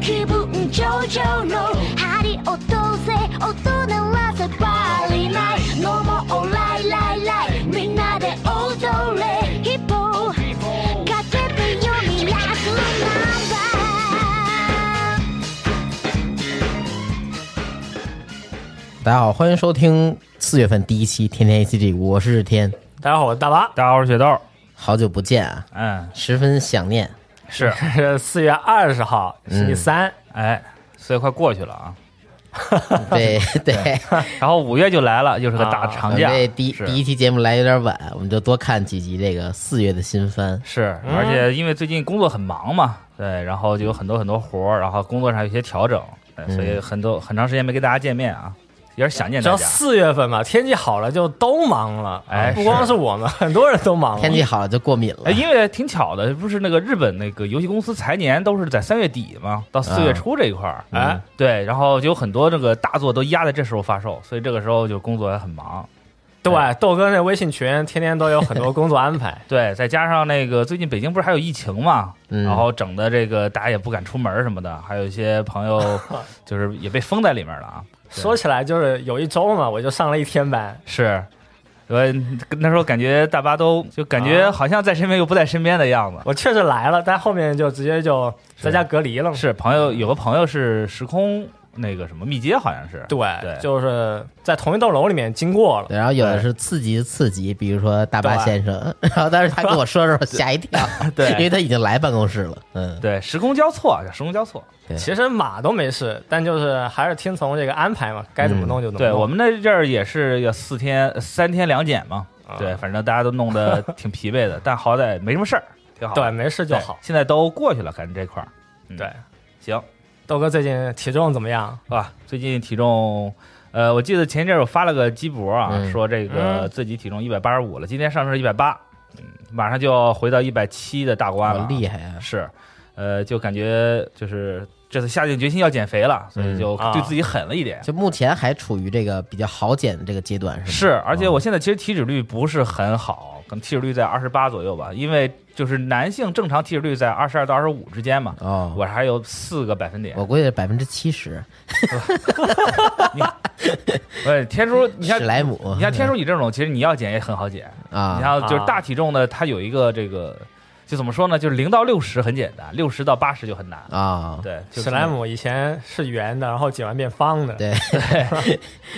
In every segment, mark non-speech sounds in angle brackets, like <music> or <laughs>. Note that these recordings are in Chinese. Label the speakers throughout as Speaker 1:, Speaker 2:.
Speaker 1: 気分上々の針落とせ音鳴らせバリナイノもオライライライみんなで踊れヒッポかけてよミラクルナンバー
Speaker 2: 大家好，欢迎收听四月份第一期《天天 ACG》，我是日天，
Speaker 3: 大家好，我是大巴。
Speaker 4: 大家好，我是雪豆。
Speaker 2: 好久不见啊，
Speaker 4: 嗯，
Speaker 2: 十分想
Speaker 4: <laughs>
Speaker 2: 念。
Speaker 4: 是，
Speaker 3: <laughs> 四月二十号，星期三，
Speaker 4: 嗯哎，四月快过去了啊，
Speaker 2: 对
Speaker 4: <laughs>
Speaker 2: 对，
Speaker 4: 然后五月就来了，又是个大
Speaker 3: 啊
Speaker 2: 我
Speaker 4: 长
Speaker 2: 们
Speaker 4: 假。
Speaker 2: 这第
Speaker 4: 是
Speaker 2: 第一期节目来有点晚，我们就多看几集这个四月的新番。
Speaker 4: 是，
Speaker 3: 嗯
Speaker 4: 而且因为最近工作很忙嘛，对，然后就有很多很多活儿，然后工作上有一些调整，对所以很多很长时间没跟大家见面啊，有点想念
Speaker 3: 只
Speaker 4: 大
Speaker 3: 要
Speaker 4: 家。
Speaker 3: 四月份嘛，天气好了就都忙了，啊
Speaker 4: 哎
Speaker 3: 不光
Speaker 4: 是
Speaker 3: 是我们， <laughs> 很多人都忙了。
Speaker 2: 天气好了就过敏了
Speaker 4: 哦哎，，因为挺巧的，不是那个日本那个游戏公司财年都是在三月底嘛，到四月初这一块儿，
Speaker 3: 哎，
Speaker 4: 对，然后就有很多这个大作都压在这时候发售，所以这个时候就工作也很忙。，
Speaker 3: 对，豆哥那微信群天天都有很多工作安排
Speaker 4: <laughs> 对，再加上那个最近北京不是还有疫情嘛，
Speaker 2: 嗯
Speaker 4: 然后整的这个大家也不敢出门儿什么的，还有一些朋友就是也被封在里面了啊。
Speaker 3: 说起来就是有一周嘛，我就上了一天班，
Speaker 4: 是，我那时候感觉大巴都就感
Speaker 3: 啊
Speaker 4: 觉好像在身边又不在身边的样子。
Speaker 3: 我确实来了，但后面就直接就在家隔离了嘛。
Speaker 4: 是朋友有个朋友是时空那个什么密接，好像是
Speaker 3: 对，
Speaker 4: 对
Speaker 3: 就是在同一栋楼里面经过了。
Speaker 2: 对，然后有的是刺激刺激，比如说大巴
Speaker 3: 对
Speaker 2: 先生， <laughs> 然后但是他跟我说的时候吓一跳，
Speaker 4: <laughs> 对
Speaker 2: 因为他已经来办公室了，嗯，
Speaker 4: 对时空交错，啊叫时空交错。
Speaker 2: 对
Speaker 3: 其实马都没事，但就是还是听从这个安排嘛，该怎么弄就怎么弄。
Speaker 4: 嗯对我们那阵儿也是要四天三天两检嘛，
Speaker 3: 啊
Speaker 4: 对，反正大家都
Speaker 3: <laughs>
Speaker 4: 弄得挺疲惫的，但好歹没什么事儿，挺好的。
Speaker 3: 对没事就
Speaker 4: 对
Speaker 3: 好。
Speaker 4: 现在都过去了，感觉这块儿嗯
Speaker 3: 对，
Speaker 4: 行
Speaker 3: 豆哥最近体重怎么样？
Speaker 4: 啊。最近体重，呃，我记得前一阵儿我发了个鸡脖啊，
Speaker 2: 嗯
Speaker 4: 说这个
Speaker 3: 嗯
Speaker 4: 自己体重一百八十五了，今天上升一百八，嗯，马上就要回到一百七的大关了
Speaker 2: 好
Speaker 4: 啊，
Speaker 2: 厉害啊！
Speaker 4: 是，呃，就感觉就是这次下定决心要减肥了，所以就
Speaker 3: 嗯
Speaker 4: 对自己狠了一点。
Speaker 2: 就目前还处于这个比较好减的这个阶段，是吗？
Speaker 4: 是，而且我现在其实体脂率不是很好，可能体脂率在二十八左右吧，因为就是男性正常体脂率在二十二到二十五之间嘛，
Speaker 2: 哦，
Speaker 4: 我还有四个百分点。
Speaker 2: 我估计百分之七十，
Speaker 4: 对，呃天叔，你像
Speaker 2: 史莱姆，
Speaker 4: 你像天叔你这种，其实你要减也很好减。你
Speaker 2: 哦啊，
Speaker 4: 像就是
Speaker 3: 啊
Speaker 4: 大体重呢，它有一个这个，就怎么说呢？就是零到六十很简单，六十到八十就很难。
Speaker 2: 啊，
Speaker 4: 对，就
Speaker 3: 史莱姆以前是圆的，然后剪完变方的。
Speaker 2: 对，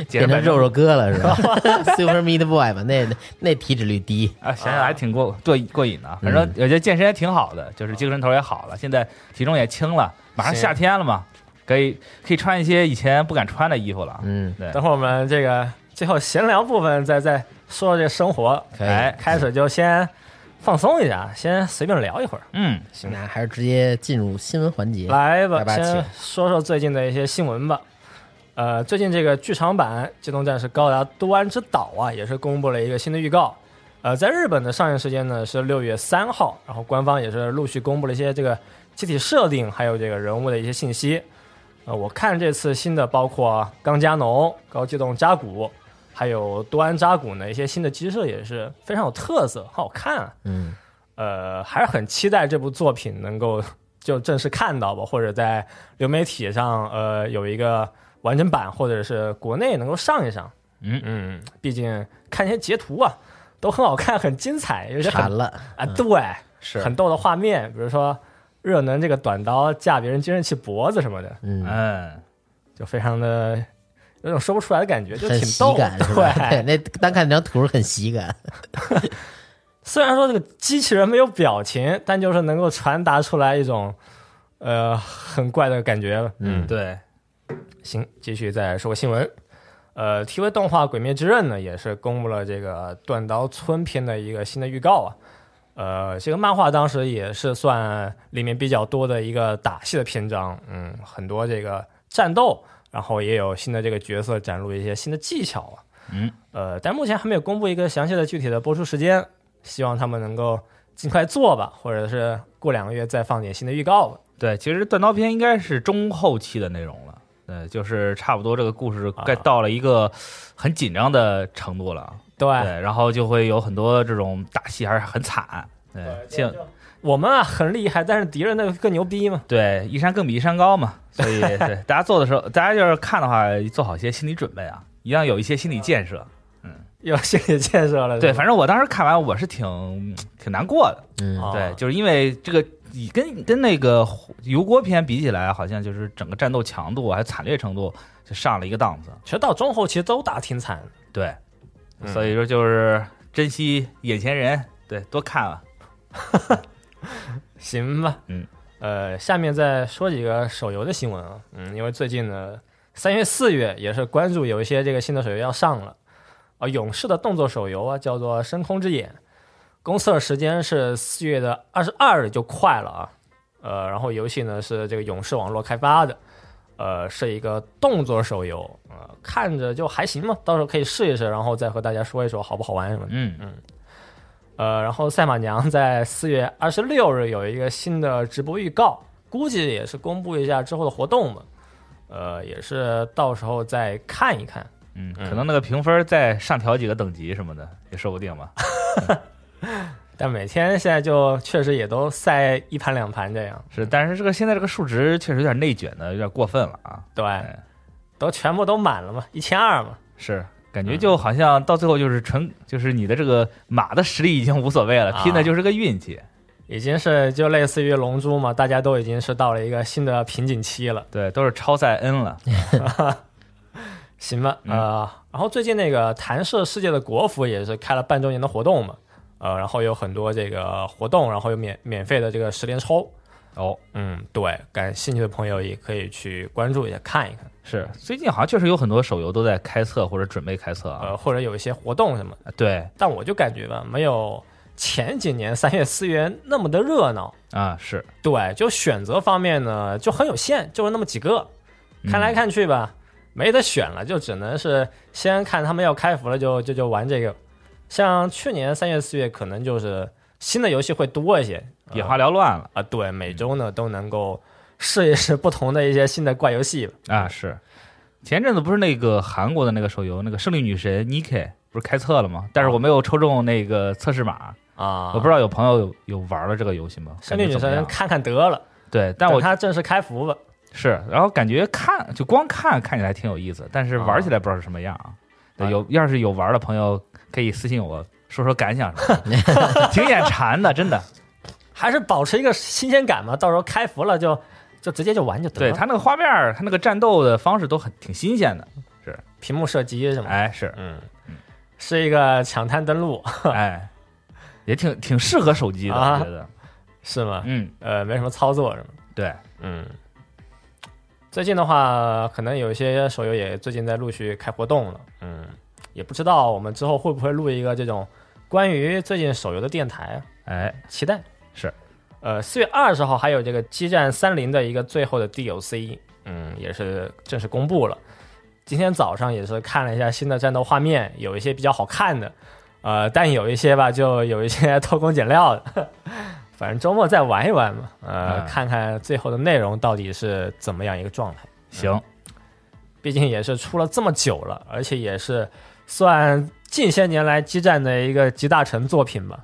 Speaker 4: 减
Speaker 2: 变
Speaker 4: 成
Speaker 2: 成肉肉哥了是吧 <laughs> ？Super Meat Boy 嘛，那那体脂率低，
Speaker 4: 啊，想想还挺过过过瘾的。反正
Speaker 2: 嗯
Speaker 4: 我觉得健身也挺好的，就是精神头也好了，现在体重也轻了，马上
Speaker 3: 行
Speaker 4: 夏天了嘛，可以可以穿一些以前不敢穿的衣服了。
Speaker 2: 嗯，
Speaker 4: 对，
Speaker 3: 等会儿我们这个最后闲聊部分再再说这生活。
Speaker 2: 可以
Speaker 3: 哎，开始就先放松一下，先随便聊一会儿。
Speaker 4: 嗯，
Speaker 3: 行
Speaker 2: 那还是直接进入新闻环节，
Speaker 3: 来吧
Speaker 2: 来，吧，
Speaker 3: 先
Speaker 2: 请
Speaker 3: 说说最近的一些新闻吧。呃，最近这个剧场版《机动战士高达多安之岛》啊，也是公布了一个新的预告。呃，在日本的上映时间呢是六月三号，然后官方也是陆续公布了一些这个机体设定，还有这个人物的一些信息。呃，我看这次新的包括钢加农、高机动扎古，还有多安扎古呢一些新的机设也是非常有特色，很好看、啊。
Speaker 2: 嗯，
Speaker 3: 呃，还是很期待这部作品能够 <laughs> 就正式看到吧，或者在流媒体上呃有一个完整版，或者是国内能够上一上。
Speaker 4: 嗯
Speaker 3: 嗯，毕竟看一些截图啊，都很好看，很精彩，有些很
Speaker 2: 馋了，
Speaker 3: 啊，对，
Speaker 4: 是
Speaker 3: 很逗的画面，比如说热能这个短刀架别人军人器脖子什么的，
Speaker 2: 嗯，
Speaker 4: 嗯，
Speaker 3: 就非常的有种说不出来的感觉，就
Speaker 2: 很
Speaker 3: 挺
Speaker 2: 喜
Speaker 3: 逗
Speaker 2: 感
Speaker 3: <laughs> 的。
Speaker 2: 是吧？对，
Speaker 3: 对，
Speaker 2: 那单看那张图很喜感，
Speaker 3: 虽然说这个机器人没有表情，但就是能够传达出来一种呃很怪的感觉。
Speaker 2: 嗯
Speaker 4: 对，
Speaker 3: 行，继续再说个新闻。呃，TV 动画《鬼灭之刃》呢，也是公布了这个断刀村篇的一个新的预告啊。呃，这个漫画当时也是算里面比较多的一个打戏的篇章，嗯，很多这个战斗，然后也有新的这个角色展露一些新的技巧啊。
Speaker 4: 嗯，
Speaker 3: 呃，但目前还没有公布一个详细的具体的播出时间，希望他们能够尽快做吧，或者是过两个月再放点新的预告吧。
Speaker 4: 对，其实断刀篇应该是中后期的内容了，对，就是差不多这个故事该
Speaker 3: 啊
Speaker 4: 到了一个很紧张的程度了，
Speaker 3: 对，
Speaker 4: 对，然后就会有很多这种打戏还是很惨，对， <laughs> 像
Speaker 3: 我们啊很厉害，但是敌人那个更牛逼嘛。
Speaker 4: 对一山更比一山高嘛，所以对大家做的时候，大家要是看的话，做好一些心理准备啊，一定要有一些心理建设。
Speaker 3: 有心理建设了。
Speaker 4: 对，
Speaker 3: 是吧
Speaker 4: 反正我当时看完我是挺挺难过的，
Speaker 2: 嗯
Speaker 3: 啊
Speaker 4: 对，就是因为这个以跟跟那个油锅篇比起来，好像就是整个战斗强度还有惨烈程度就上了一个档次，
Speaker 3: 其实到中后期都打挺惨的。
Speaker 4: 对，
Speaker 3: 嗯
Speaker 4: 所以说就是珍惜眼前人，对，多看啊了，
Speaker 3: 行吧，
Speaker 4: 嗯，
Speaker 3: 呃，下面再说几个手游的新闻啊，嗯，因为最近呢，三月、四月也是关注有一些这个新的手游要上了，啊、勇士的动作手游啊，叫做《深空之眼》，公测时间是四月的二十二日，就快了啊，呃，然后游戏呢是这个勇士网络开发的，呃，是一个动作手游，呃，看着就还行嘛，到时候可以试一试，然后再和大家说一说好不好玩什么的。
Speaker 4: 嗯
Speaker 3: 呃，然后赛马娘在四月二十六日有一个新的直播预告，估计也是公布一下之后的活动吧。呃，也是到时候再看一看。
Speaker 4: 嗯，可能那个评分再上调几个等级什么的也说不定 <laughs> 吧，
Speaker 3: 但每天现在就确实也都赛一盘两盘这样，
Speaker 4: 是，但是这个现在这个数值确实有点内卷的，有点过分了啊，
Speaker 3: 对，都全部都满了嘛，一千二嘛。
Speaker 4: 是。感觉就好像到最后就是纯就是你的这个马的实力已经无所谓了，
Speaker 3: 啊
Speaker 4: 拼的就是个运气。
Speaker 3: 已经是就类似于龙珠嘛，大家都已经是到了一个新的瓶颈期了，
Speaker 4: 对，都是超赛 N 了。
Speaker 3: 行吧？
Speaker 4: 嗯
Speaker 3: 呃，然后最近那个弹射世界的国服也是开了半周年的活动嘛，呃，然后有很多这个活动，然后有免免费的这个十连抽，
Speaker 4: 哦，
Speaker 3: 嗯，对，感兴趣的朋友也可以去关注一下，看一看，
Speaker 4: 是，最近好像确实有很多手游都在开测或者准备开测啊。
Speaker 3: 呃，或者有一些活动什么的。
Speaker 4: 对
Speaker 3: 但我就感觉吧，没有前几年三月、四月那么的热闹。
Speaker 4: 啊，是
Speaker 3: 对，就选择方面呢，就很有限，就是那么几个，
Speaker 4: 嗯
Speaker 3: 看来看去吧，没得选了，就只能是先看他们要开服了就，就就玩这个。像去年三月、四月，可能就是新的游戏会多一些，呃
Speaker 4: 眼花缭乱了
Speaker 3: 啊，对，每周呢都能够试一试不同的一些新的怪游戏吧。
Speaker 4: 啊，是。前阵子不是那个韩国的那个手游，那个胜利女神 Nike 不是开测了吗？但是我没有抽中那个测试码，
Speaker 3: 啊，
Speaker 4: 我不知道有朋友有有玩了这个游戏吗？
Speaker 3: 胜利女
Speaker 4: 感觉怎么
Speaker 3: 神
Speaker 4: 样
Speaker 3: 看看得了，
Speaker 4: 对，但
Speaker 3: 等
Speaker 4: 我
Speaker 3: 她正式开服吧。
Speaker 4: 是，然后感觉看就光看看起来挺有意思，但
Speaker 3: 啊
Speaker 4: 是玩起来不知道是什么样啊。对，有要是有玩的朋友可以私信我说说感想什么
Speaker 3: <laughs>
Speaker 4: 的，挺眼馋的，真的。
Speaker 3: 还是保持一个新鲜感嘛，到时候开服了就就直接就玩就得
Speaker 4: 对
Speaker 3: 了。
Speaker 4: 他那个画面儿，他那个战斗的方式都很挺
Speaker 3: <laughs>
Speaker 4: 新鲜的。
Speaker 3: 屏幕射击什么，
Speaker 4: 哎，是，
Speaker 3: 嗯，是一个抢滩登陆 <laughs>
Speaker 4: 哎，也挺挺适合手机的，
Speaker 3: 啊
Speaker 4: 我觉得。
Speaker 3: 是吗？
Speaker 4: 嗯，
Speaker 3: 呃，没什么操作是吗？
Speaker 4: 对，
Speaker 3: 嗯。最近的话，可能有一些手游也最近在陆续开活动了，嗯，也不知道我们之后会不会录一个这种关于最近手游的电台，啊
Speaker 4: 哎，
Speaker 3: 期待
Speaker 4: 是。
Speaker 3: 呃，四月二十号还有这个《激战三零》的一个最后的 DLC，嗯，也是正式公布了。今天早上也是看了一下新的战斗画面，有一些比较好看的，呃，但有一些吧，就有一些 <laughs> 偷工减料的。 <laughs> 反正周末再玩一玩嘛，呃，
Speaker 4: 嗯
Speaker 3: 看看最后的内容到底是怎么样一个状态。
Speaker 4: 行，
Speaker 3: 毕竟也是出了这么久了，而且也是算近些年来激战的一个集大成作品吧。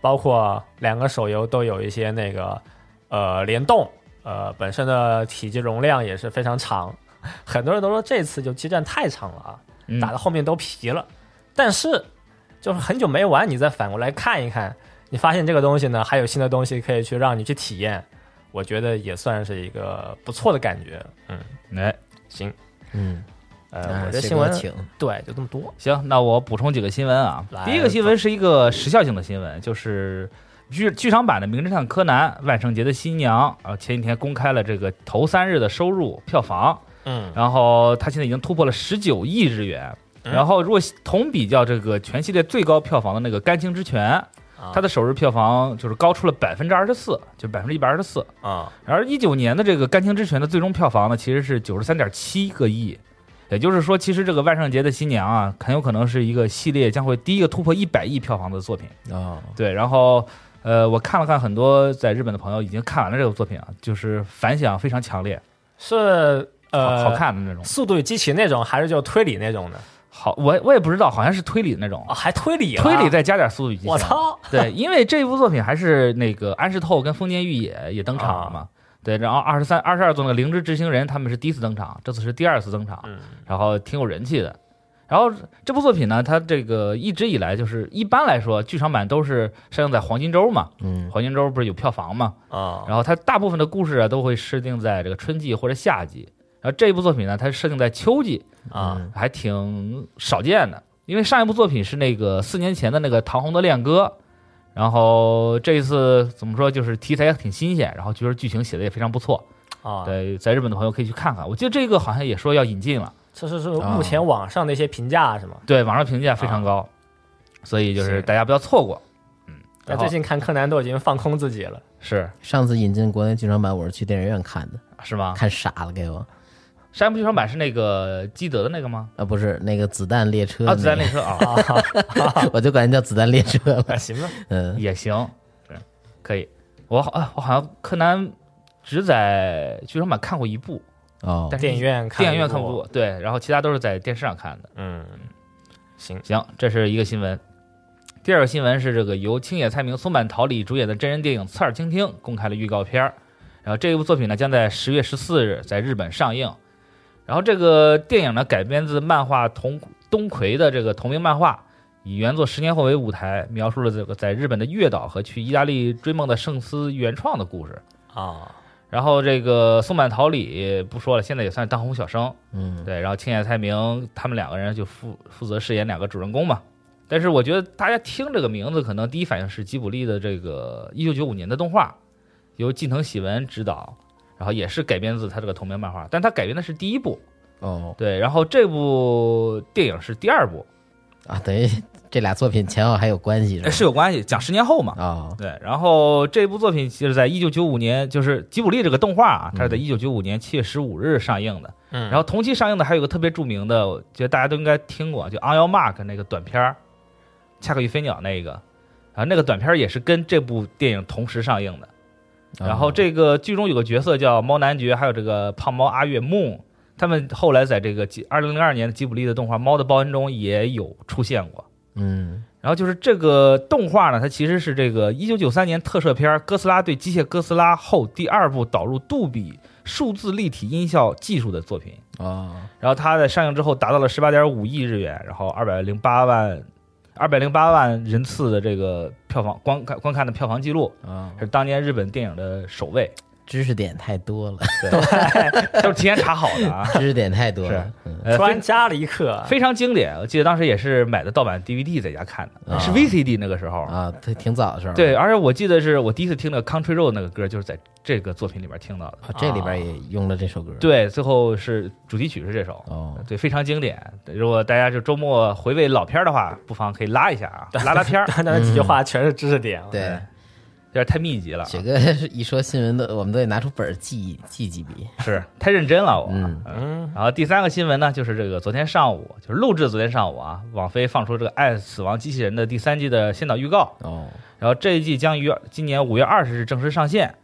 Speaker 3: 包括两个手游都有一些那个呃联动，呃本身的体积容量也是非常长。很多人都说这次就激战太长了啊，
Speaker 4: 嗯
Speaker 3: 打到后面都疲了。但是就是很久没玩，你再反过来看一看，你发现这个东西呢还有新的东西可以去让你去体验，我觉得也算是一个不错的感觉。嗯，
Speaker 4: 哎，
Speaker 3: 行。
Speaker 2: 嗯，
Speaker 3: 呃，我
Speaker 2: 啊
Speaker 3: 的
Speaker 2: 谁
Speaker 3: 新
Speaker 2: 给我
Speaker 3: 闻
Speaker 2: 请
Speaker 3: 对就这么多。
Speaker 4: 行，那我补充几个新闻啊
Speaker 3: 来。
Speaker 4: 第一个新闻是一个时效性的新闻，就是剧剧场版的《名侦探柯南：万圣节的新娘》啊，前几天公开了这个头三日的收入票房，
Speaker 3: 嗯
Speaker 4: 然后它现在已经突破了十九亿日元。
Speaker 3: 嗯
Speaker 4: 然后，如果同比较这个全系列最高票房的那个《干青之拳》，
Speaker 3: 啊
Speaker 4: 它的首日票房就是高出了百分之二十四，就百分之一百二十四。
Speaker 3: 啊，
Speaker 4: 而一九年的这个《干青之拳》的最终票房呢，其实是九十三点七个亿，也就是说，其实这个万圣节的新娘啊，很有可能是一个系列将会第一个突破一百亿票房的作品。
Speaker 2: 哦，
Speaker 4: 对，然后呃，我看了看很多在日本的朋友已经看完了这个作品啊，就是反响非常强烈，
Speaker 3: 是呃
Speaker 4: 好好看的那种。
Speaker 3: 《速度与激情》那种，还是就推理那种的？
Speaker 4: 好，我我也不知道，好像是推理的那种
Speaker 3: 哦，，还推理啊
Speaker 4: 推理再加点速度与激情。
Speaker 3: 我！操！
Speaker 4: 对，因为这部作品还是那个安室透跟丰间裕也也登场
Speaker 3: 啊
Speaker 4: 了嘛。对，然后二十三、二十二座那个灵芝执行人他们是第一次登场，这次是第二次登场。
Speaker 3: 嗯
Speaker 4: 然后挺有人气的。然后这部作品呢，它这个一直以来就是一般来说，剧场版都是上映在黄金周嘛，
Speaker 2: 嗯，
Speaker 4: 黄金周不是有票房嘛，
Speaker 3: 啊，
Speaker 4: 然后它大部分的故事啊都会设定在这个春季或者夏季，然后这一部作品呢，它设定在秋季，
Speaker 3: 啊
Speaker 4: 还挺少见的，因为上一部作品是那个四年前的那个《唐红的恋歌》，然后这一次怎么说，就是题材也挺新鲜，然后觉得剧情写的也非常不错，
Speaker 3: 啊，，
Speaker 4: 对，在日本的朋友可以去看看，我记得这个好像也说要引进了。
Speaker 3: 这是是目前网上的一些评价是吗？
Speaker 4: 对，网上评价非常高，所以啊就是
Speaker 3: 是
Speaker 4: 大家不要错过。嗯，
Speaker 3: 但
Speaker 4: 然
Speaker 3: 最
Speaker 4: 后
Speaker 3: 近看柯南都已经放空自己
Speaker 4: <laughs>
Speaker 3: 了，
Speaker 4: 是
Speaker 2: 上次引进国内剧场版，我是去电影院看的，
Speaker 4: 是吗？
Speaker 2: 看傻了，给我
Speaker 4: 山姆剧场版是那个基德的那个吗？
Speaker 2: 啊，不是那个子弹列车
Speaker 4: 啊，
Speaker 2: 那
Speaker 4: 子弹列
Speaker 2: 个，
Speaker 4: 车 <laughs> 啊，
Speaker 2: <laughs> 我就管它叫子弹列车
Speaker 3: 啊
Speaker 2: 了，
Speaker 3: 行吧，
Speaker 4: <laughs>
Speaker 2: 嗯，
Speaker 4: 也行，是可以。我好啊，我好像柯南只在剧场版看过一部，
Speaker 2: 哦
Speaker 4: 但，是
Speaker 3: 电影院看，
Speaker 4: 电影院看过，，对，然后其他都是在电视上看的。
Speaker 3: 嗯，行，
Speaker 4: 行，这是一个新闻。第二个新闻是这个由青野菜明、松坂桃李主演的真人电影《侧耳倾听》公开了预告片儿，然后这一部作品呢将在十月十四日在日本上映。然后这个电影呢改编自漫画同东魁的这个同名漫画，以原作十年后为舞台，描述了这个在日本的月岛和去意大利追梦的圣司原创的故事。
Speaker 3: 啊
Speaker 4: 然后这个松坂桃李不说了，现在也算是当红小生，
Speaker 2: 嗯，
Speaker 4: 对，然后青野太明他们两个人就负负责饰演两个主人公嘛。但是我觉得大家听这个名字，可能第一反应是吉卜力的这个一九九五年的动画，由近藤喜文执导，然后也是改编自他这个同名漫画，但他改编的是第一部，
Speaker 2: 哦
Speaker 4: 对，然后这部电影是第二部，
Speaker 2: 啊，等于这俩作品前后还有关系
Speaker 4: 哎
Speaker 2: 是
Speaker 4: 是有关系，讲十年后嘛
Speaker 2: 吧？。哦，
Speaker 4: 对，然后这部作品就是在一九九五年，就是吉卜力这个动画啊，它是在
Speaker 2: 嗯
Speaker 4: 一九九五年七月十五日上映的，
Speaker 3: 嗯，
Speaker 4: 然后同期上映的还有一个特别著名的，我觉得大家都应该听过，就《On Your Mark》那个短片儿，《恰克与飞鸟》那个，啊，那个短片儿也是跟这部电影同时上映的。
Speaker 2: 哦
Speaker 4: 然后这个剧中有个角色叫猫男爵，还有这个胖猫阿月 Moon，他们后来在这个吉二零零二年的吉卜力的动画《猫的报恩》中也有出现过。
Speaker 2: 嗯
Speaker 4: 然后就是这个动画呢，它其实是这个一九九三年特摄片《哥斯拉对机械哥斯拉》后第二部导入杜比数字立体音效技术的作品。
Speaker 2: 哦，
Speaker 4: 然后它在上映之后达到了十八点五亿日元，然后二百零八万二百零八万人次的这个票房观看观看的票房记录，
Speaker 2: 啊，
Speaker 4: 是当年日本电影的首
Speaker 2: <laughs>
Speaker 4: 位，
Speaker 2: 知识点太多了，。
Speaker 4: 都是提前查好的啊
Speaker 2: <laughs> 知识点太多了，嗯
Speaker 4: 呃
Speaker 3: 突然
Speaker 4: 非
Speaker 3: 加了一课，
Speaker 4: <laughs> 非常经典，我记得当时也是买的盗版 DVD 在家看的，
Speaker 2: 啊
Speaker 4: 是 VCD 那个时候。
Speaker 2: 啊，挺挺早的时候，
Speaker 4: 对，，而且我记得是我第一次听的《Country Road》那个歌，就是在这个作品里边听到的。
Speaker 2: 哦，这里边也用了这首歌，，
Speaker 4: 对，最后是主题曲是这首，
Speaker 2: 哦，
Speaker 4: 对，非常经典。如果大家就周末回
Speaker 2: <laughs>
Speaker 4: 味老片儿的话，不妨可以拉一下啊，拉拉片儿。
Speaker 3: 刚才那几句话全是知识点，
Speaker 2: 对，
Speaker 4: 点太密集了，
Speaker 2: 雪哥 <laughs> 一说新闻都，我们都得拿出本儿记记几笔。
Speaker 4: <laughs> 是太认真了我。
Speaker 2: 嗯
Speaker 3: 嗯，
Speaker 4: 然后第三个新闻呢，就是这个昨天上午，就是录制昨天上午啊，网飞放出这个《爱死亡机器人》的第三季的先导预告，
Speaker 2: 哦，
Speaker 4: 然后这一季将于今年五月二十日正式上线。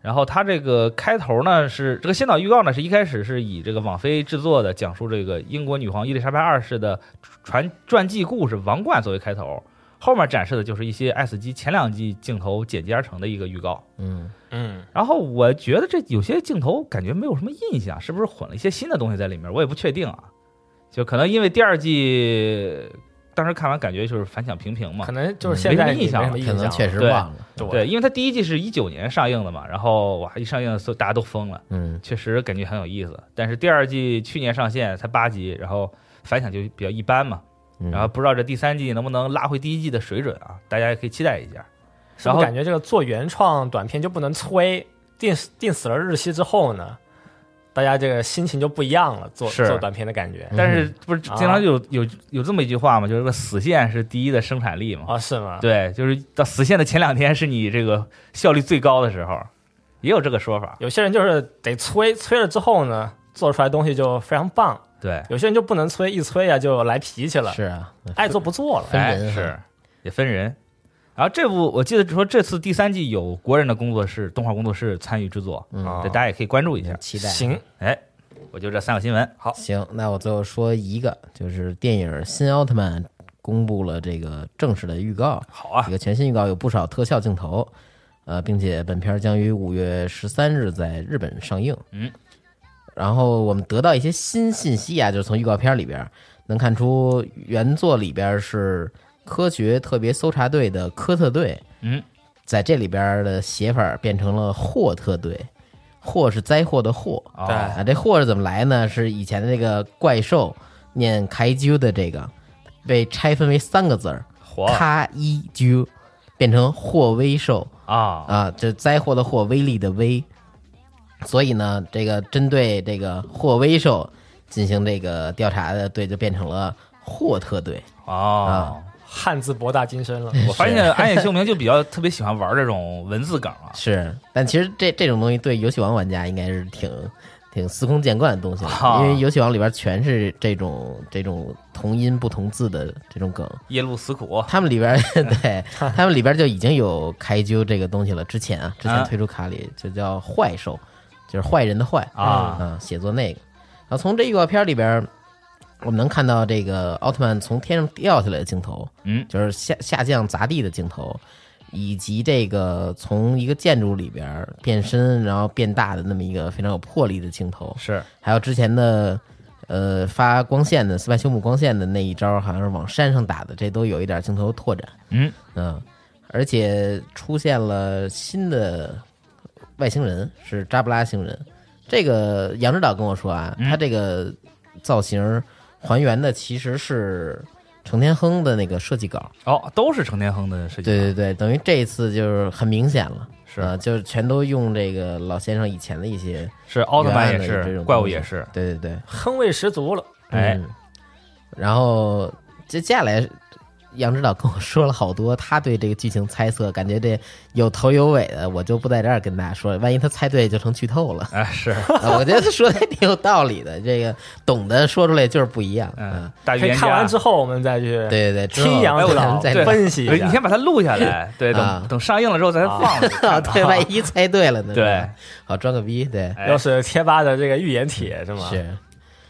Speaker 4: 然后它这个开头呢是这个先导预告呢，是一开始是以这个网飞制作的，讲述这个英国女皇伊丽莎白二世的传传记故事《王冠》作为开头，后面展示的就是一些《爱死机》前两季镜头剪辑而成的一个预告。
Speaker 2: 嗯，
Speaker 3: 嗯，
Speaker 4: 然后我觉得这有些镜头感觉没有什么印象，是不是混了一些新的东西在里面？我也不确定啊。就可能因为第二季当时看完感觉就是反响平平嘛
Speaker 3: 可，能就是
Speaker 4: 嗯
Speaker 3: 现
Speaker 4: 没什么
Speaker 3: 在你
Speaker 4: 印象
Speaker 3: 没什么印
Speaker 2: 可能
Speaker 3: 象，
Speaker 2: 确实
Speaker 4: 对
Speaker 2: 忘了。
Speaker 3: 对
Speaker 4: 对，因为它第一季是一九年上映的嘛，然后哇一上映所大家都疯了，
Speaker 2: 嗯，
Speaker 4: 确实感觉很有意思。但是第二季去年上线才八集，然后反响就比较一般嘛，
Speaker 2: 嗯
Speaker 4: 然后不知道这第三季能不能拉回第一季的水准啊，大家也可以期待一下。
Speaker 3: 是
Speaker 4: 然
Speaker 3: 不
Speaker 4: 后
Speaker 3: 是感觉这个做原创短片就不能催？定死定死了日期之后呢，大家这个心情就不一样了，做
Speaker 4: 是嗯
Speaker 3: 做短片的感觉
Speaker 4: 但是不是
Speaker 3: 啊
Speaker 4: 经常有有有这么一句话嘛，就是这个死线是第一的生产力嘛。
Speaker 3: 啊，是吗？
Speaker 4: 对，就是到死线的前两天是你这个效率最高的时候，也有这个说法。
Speaker 3: 有些人就是得催，催了之后呢，做出来东西就非常棒；
Speaker 4: 对，
Speaker 3: 有些人就不能催，一催呀、就来脾气了，
Speaker 2: 是啊，
Speaker 3: 爱做不做了。
Speaker 2: 分
Speaker 4: 哎
Speaker 2: 人哈
Speaker 4: 是也分人。然后这部我记得说这次第三季有国人的工作室、动画工作室参与制作，
Speaker 2: 嗯，
Speaker 4: 对，大家也可以关注一下。
Speaker 2: 期待。
Speaker 3: 啊行，
Speaker 4: 哎，我就这三个新闻。好，
Speaker 2: 行，那我最后说一个，就是电影《新奥特曼》公布了这个正式的预告，
Speaker 4: 好啊
Speaker 2: 这，个全新预告有不少特效镜头，呃，并且本片将于五月十三日在日本上映。
Speaker 4: 嗯，
Speaker 2: 然后我们得到一些新信息啊，就是从预告片里边能看出，原作里边是科学特别搜查队的科特队，
Speaker 4: 嗯，
Speaker 2: 在这里边的写法变成了霍特队，霍是灾祸的祸，
Speaker 4: 哦
Speaker 3: 对
Speaker 2: 啊，这祸是怎么来呢？是以前的这个怪兽念开啾的这个被拆分为三个字儿，
Speaker 4: 火
Speaker 2: 咔一啾，变成霍威兽
Speaker 4: 啊，
Speaker 2: 啊，这灾祸的祸，威力的威。所以呢，这个针对这个霍威兽进行这个调查的队就变成了霍特队。。
Speaker 4: 哦，
Speaker 3: 汉字博大精深了。哎
Speaker 4: 我发现安野秀明就比较特别喜欢玩这种文字梗啊
Speaker 2: 是，但其实这这种东西对游戏王玩家应该是挺挺司空见惯的东西了，
Speaker 4: 啊
Speaker 2: 因为游戏王里边全是这种这种同音不同字的这种梗。
Speaker 4: 夜路死苦，啊
Speaker 2: 他们里
Speaker 4: <laughs>
Speaker 2: 边对，他们里边就已经有开揪这个东西了。之前啊，之前
Speaker 4: 啊
Speaker 2: 推出卡里就叫坏兽，就是坏人的坏
Speaker 4: 啊
Speaker 2: 嗯，写作那个。然后从这预告片里边，我们能看到这个奥特曼从天上掉下来的镜头，
Speaker 4: 嗯
Speaker 2: 就是下下降砸地的镜头，以及这个从一个建筑里边变身然后变大的那么一个非常有魄力的镜头，
Speaker 4: 是
Speaker 2: 还有之前的呃发光线的斯派修姆光线的那一招，好像是往山上打的，这都有一点镜头拓展，
Speaker 4: 嗯
Speaker 2: 嗯，而且出现了新的外星人，是扎布拉星人。这个杨指导跟我说啊，
Speaker 4: 嗯
Speaker 2: 他这个造型还原的其实是程天亨的那个设计稿，
Speaker 4: 哦，都是程天亨的设计。
Speaker 2: 对对对，等于这一次就是很明显了，
Speaker 4: 是
Speaker 2: 啊、就是全都用这个老先生以前的一些，
Speaker 4: 是奥特曼也
Speaker 2: 原来的这
Speaker 4: 是，
Speaker 2: 种
Speaker 4: 怪物
Speaker 2: 东西
Speaker 4: 也是，
Speaker 2: 对对对，
Speaker 3: 亨味十足了，
Speaker 4: 哎。
Speaker 2: 嗯，然后这接下来，杨指导跟我说了好多他对这个剧情猜测，感觉这有头有尾的，我就不在这儿跟大家说了，万一他猜对就成剧透
Speaker 3: <laughs>
Speaker 2: 了
Speaker 4: 哎是，
Speaker 2: 啊我觉得他说的也挺有道理的，这个懂得说出来就是不一样。
Speaker 4: 嗯
Speaker 2: 啊，，
Speaker 4: 大
Speaker 3: 可
Speaker 4: 预
Speaker 3: 以
Speaker 4: 言
Speaker 3: 看完
Speaker 4: 家
Speaker 3: 之后我们再去
Speaker 2: 对对对，之后
Speaker 3: 听杨
Speaker 4: 哎
Speaker 3: 指
Speaker 4: 我
Speaker 3: 导
Speaker 2: 再
Speaker 4: 对
Speaker 3: 分析一下。
Speaker 4: 你先把它录下来，对，
Speaker 2: 啊
Speaker 4: 等等上映了之后咱放着看
Speaker 2: 啊，
Speaker 4: 吧。
Speaker 2: <laughs> 对，万一猜对了呢？
Speaker 4: 对，
Speaker 2: 好装个逼，对，
Speaker 4: 哎
Speaker 3: 又是贴吧的这个预言帖是吗？
Speaker 2: 是。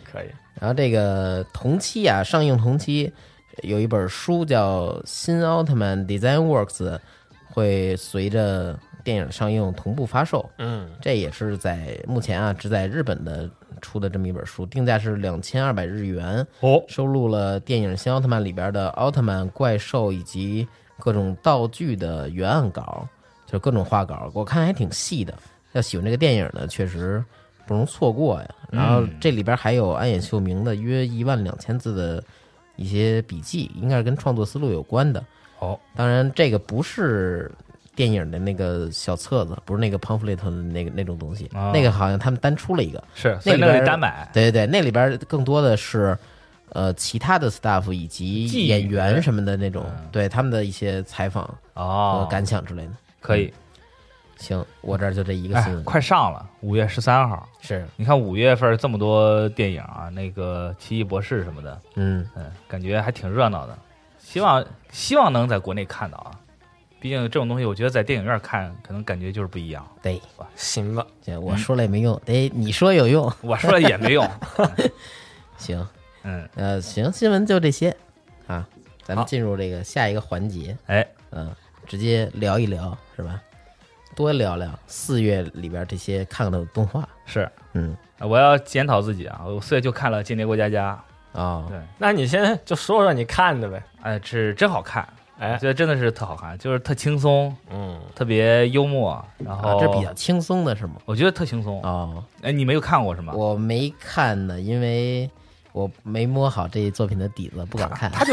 Speaker 3: 可以。
Speaker 2: 然后这个同期啊，上映同期有一本书叫《新奥特曼 Design Works》，会随着电影上映同步发售。
Speaker 3: 嗯，
Speaker 2: 这也是在目前啊，只在日本的出的这么一本书，定价是两千二百日元，
Speaker 4: 哦，
Speaker 2: 收录了电影《新奥特曼》里边的奥特曼、怪兽以及各种道具的原案稿，就是各种画稿，我看还挺细的。要喜欢这个电影呢，确实不容错过呀。然后这里边还有安野秀明的约一万两千字的一些笔记，应该是跟创作思路有关的。
Speaker 4: 好，
Speaker 2: 当然这个不是电影的那个小册子，不是那个 pamphlet 的那个那种东西，
Speaker 4: 哦
Speaker 2: 那个好像他们单出了一个，
Speaker 4: 是，所
Speaker 2: 那
Speaker 4: 以
Speaker 2: 里
Speaker 4: 那个
Speaker 2: 边
Speaker 4: 得单买，
Speaker 2: 对对对，那里边更多的是，呃，其他的 staff 以及
Speaker 4: 记忆
Speaker 2: 演员什么的那种，对他们的一些采访、呃
Speaker 4: 嗯哦，
Speaker 2: 感想之类的。
Speaker 4: 可以，
Speaker 2: 行，我这儿就这一个
Speaker 4: 哎
Speaker 2: 新闻，，
Speaker 4: 快上了，五月十三号。
Speaker 2: 是，
Speaker 4: 你看五月份这么多电影啊，那个《奇异博士》什么的，
Speaker 2: 嗯，
Speaker 4: 嗯，感觉还挺热闹的。希望希望能在国内看到啊，毕竟这种东西，我觉得在电影院看可能感觉就是不一样。
Speaker 2: 对，
Speaker 3: 行吧，
Speaker 2: 行，
Speaker 4: 嗯
Speaker 2: 我说了也没用，得你说有用。
Speaker 4: 我说了也没用，
Speaker 2: 行，
Speaker 4: 嗯，
Speaker 2: 呃，行，新闻就这些啊，咱们
Speaker 4: 好
Speaker 2: 进入这个下一个环节，
Speaker 4: 哎，
Speaker 2: 嗯、直接聊一聊是吧？多聊聊四月里边这些看的动画，
Speaker 4: 是
Speaker 2: 嗯，
Speaker 4: 我要检讨自己啊，我四月就看了《间谍过家家
Speaker 2: 哦，
Speaker 4: 对
Speaker 3: 那你先就说说你看的呗。》，
Speaker 4: 哎，是真好看，我
Speaker 3: 哎，
Speaker 4: 觉得真的是特好看，就是特轻松，
Speaker 3: 嗯，
Speaker 4: 特别幽默，然
Speaker 2: 啊
Speaker 4: 后，
Speaker 2: 这比较轻松的是吗？
Speaker 4: 我觉得特轻松。
Speaker 2: 哦，
Speaker 4: 哎，你没有看过是吗？
Speaker 2: 我没看呢，因为我没摸好这作品的底子，不敢看。
Speaker 4: <laughs>
Speaker 2: 他 <laughs> 就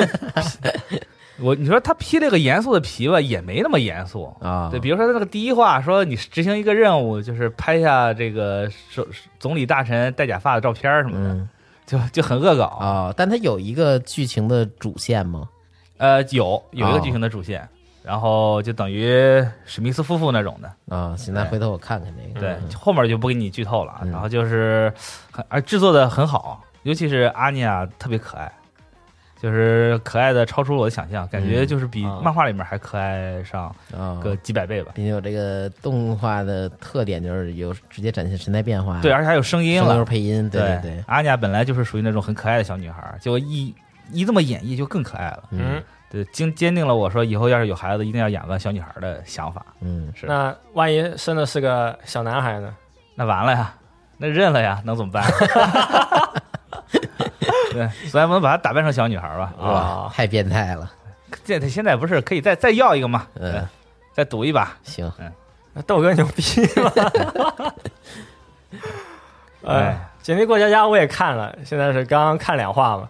Speaker 4: 我你说他披这个严肃的皮吧，也没那么严肃。
Speaker 2: 啊，
Speaker 4: 对，比如说他那个第一话说你执行一个任务，就是拍下这个首总理大臣戴假发的照片儿什么的，
Speaker 2: 嗯
Speaker 4: 就就很恶搞。
Speaker 2: 啊，但它有一个剧情的主线吗？
Speaker 4: 呃，有有一个
Speaker 2: 哦
Speaker 4: 剧情的主线，然后就等于史密斯夫妇那种的，
Speaker 2: 啊，行，那
Speaker 4: 对
Speaker 2: 回头我看看这个。
Speaker 4: 对，
Speaker 2: 嗯
Speaker 4: 后面就不给你剧透了啊。
Speaker 2: 嗯
Speaker 4: 然后就是很而制作的很好，尤其是阿尼亚特别可爱，就是可爱的超出我的想象，感觉
Speaker 2: 嗯
Speaker 4: 就是比
Speaker 3: 啊
Speaker 4: 漫画里面还可爱上
Speaker 2: 啊，
Speaker 4: 个几百倍吧。
Speaker 2: 并且有这个动画的特点就是有直接展现神态变化，
Speaker 4: 对，而且还有声音
Speaker 2: 嗯声优
Speaker 4: 了。
Speaker 2: 配音，对
Speaker 4: 对
Speaker 2: 对，
Speaker 4: 阿尼亚本来就是属于那种很可爱的小女孩，结果一一这么演绎就更可爱了。
Speaker 3: 嗯，
Speaker 4: 对，坚坚定了我说以后要是有孩子一定要养个小女孩的想法。
Speaker 2: 嗯，
Speaker 4: 是
Speaker 3: 那万一生的是个小男孩呢？
Speaker 4: 那完了呀，那认了呀，能怎么办？ <laughs> 对，所以我们把她打扮成小女孩吧。
Speaker 2: 哇，
Speaker 3: 啊，
Speaker 2: 太变态了，
Speaker 4: 这现在不是可以再再要一个吗？
Speaker 2: 嗯
Speaker 4: 对，再赌一把。
Speaker 2: 行，
Speaker 3: 那豆哥牛 <laughs> 逼吗？ <laughs> 哎，
Speaker 4: 哎，
Speaker 3: 《紧邻过家家》我也看了，现在是刚刚看两话嘛。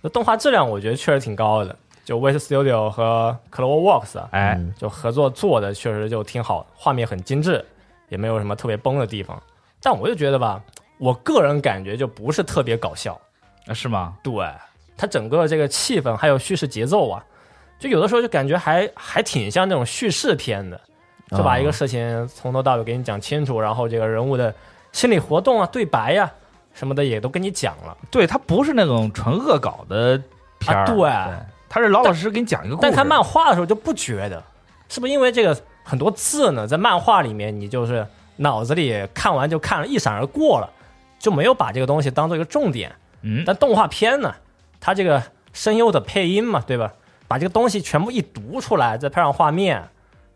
Speaker 3: 那动画质量我觉得确实挺高的，就 West Studio 和 CloverWorks 啊，
Speaker 4: 哎，
Speaker 2: 嗯
Speaker 3: 就合作做的确实就挺好，画面很精致，也没有什么特别崩的地方。但我就觉得吧，我个人感觉就不是特别搞笑，
Speaker 4: 是吗？
Speaker 3: 对它整个这个气氛还有叙事节奏啊，就有的时候就感觉还还挺像那种叙事片的，就把一个
Speaker 2: 哦
Speaker 3: 事情从头到尾给你讲清楚，然后这个人物的心理活动啊、对白呀、什么的也都跟你讲了。
Speaker 4: 对，它不是那种纯恶搞的片儿、
Speaker 3: 啊对
Speaker 4: 对，它是老老实实给你讲一个故事。
Speaker 3: 但看漫画的时候就不觉得，是不是因为这个很多字呢，在漫画里面你就是脑子里看完就看了一闪而过了，就没有把这个东西当做一个重点。
Speaker 4: 嗯，
Speaker 3: 但动画片呢，它这个声优的配音嘛，对吧？把这个东西全部一读出来，再配上画面，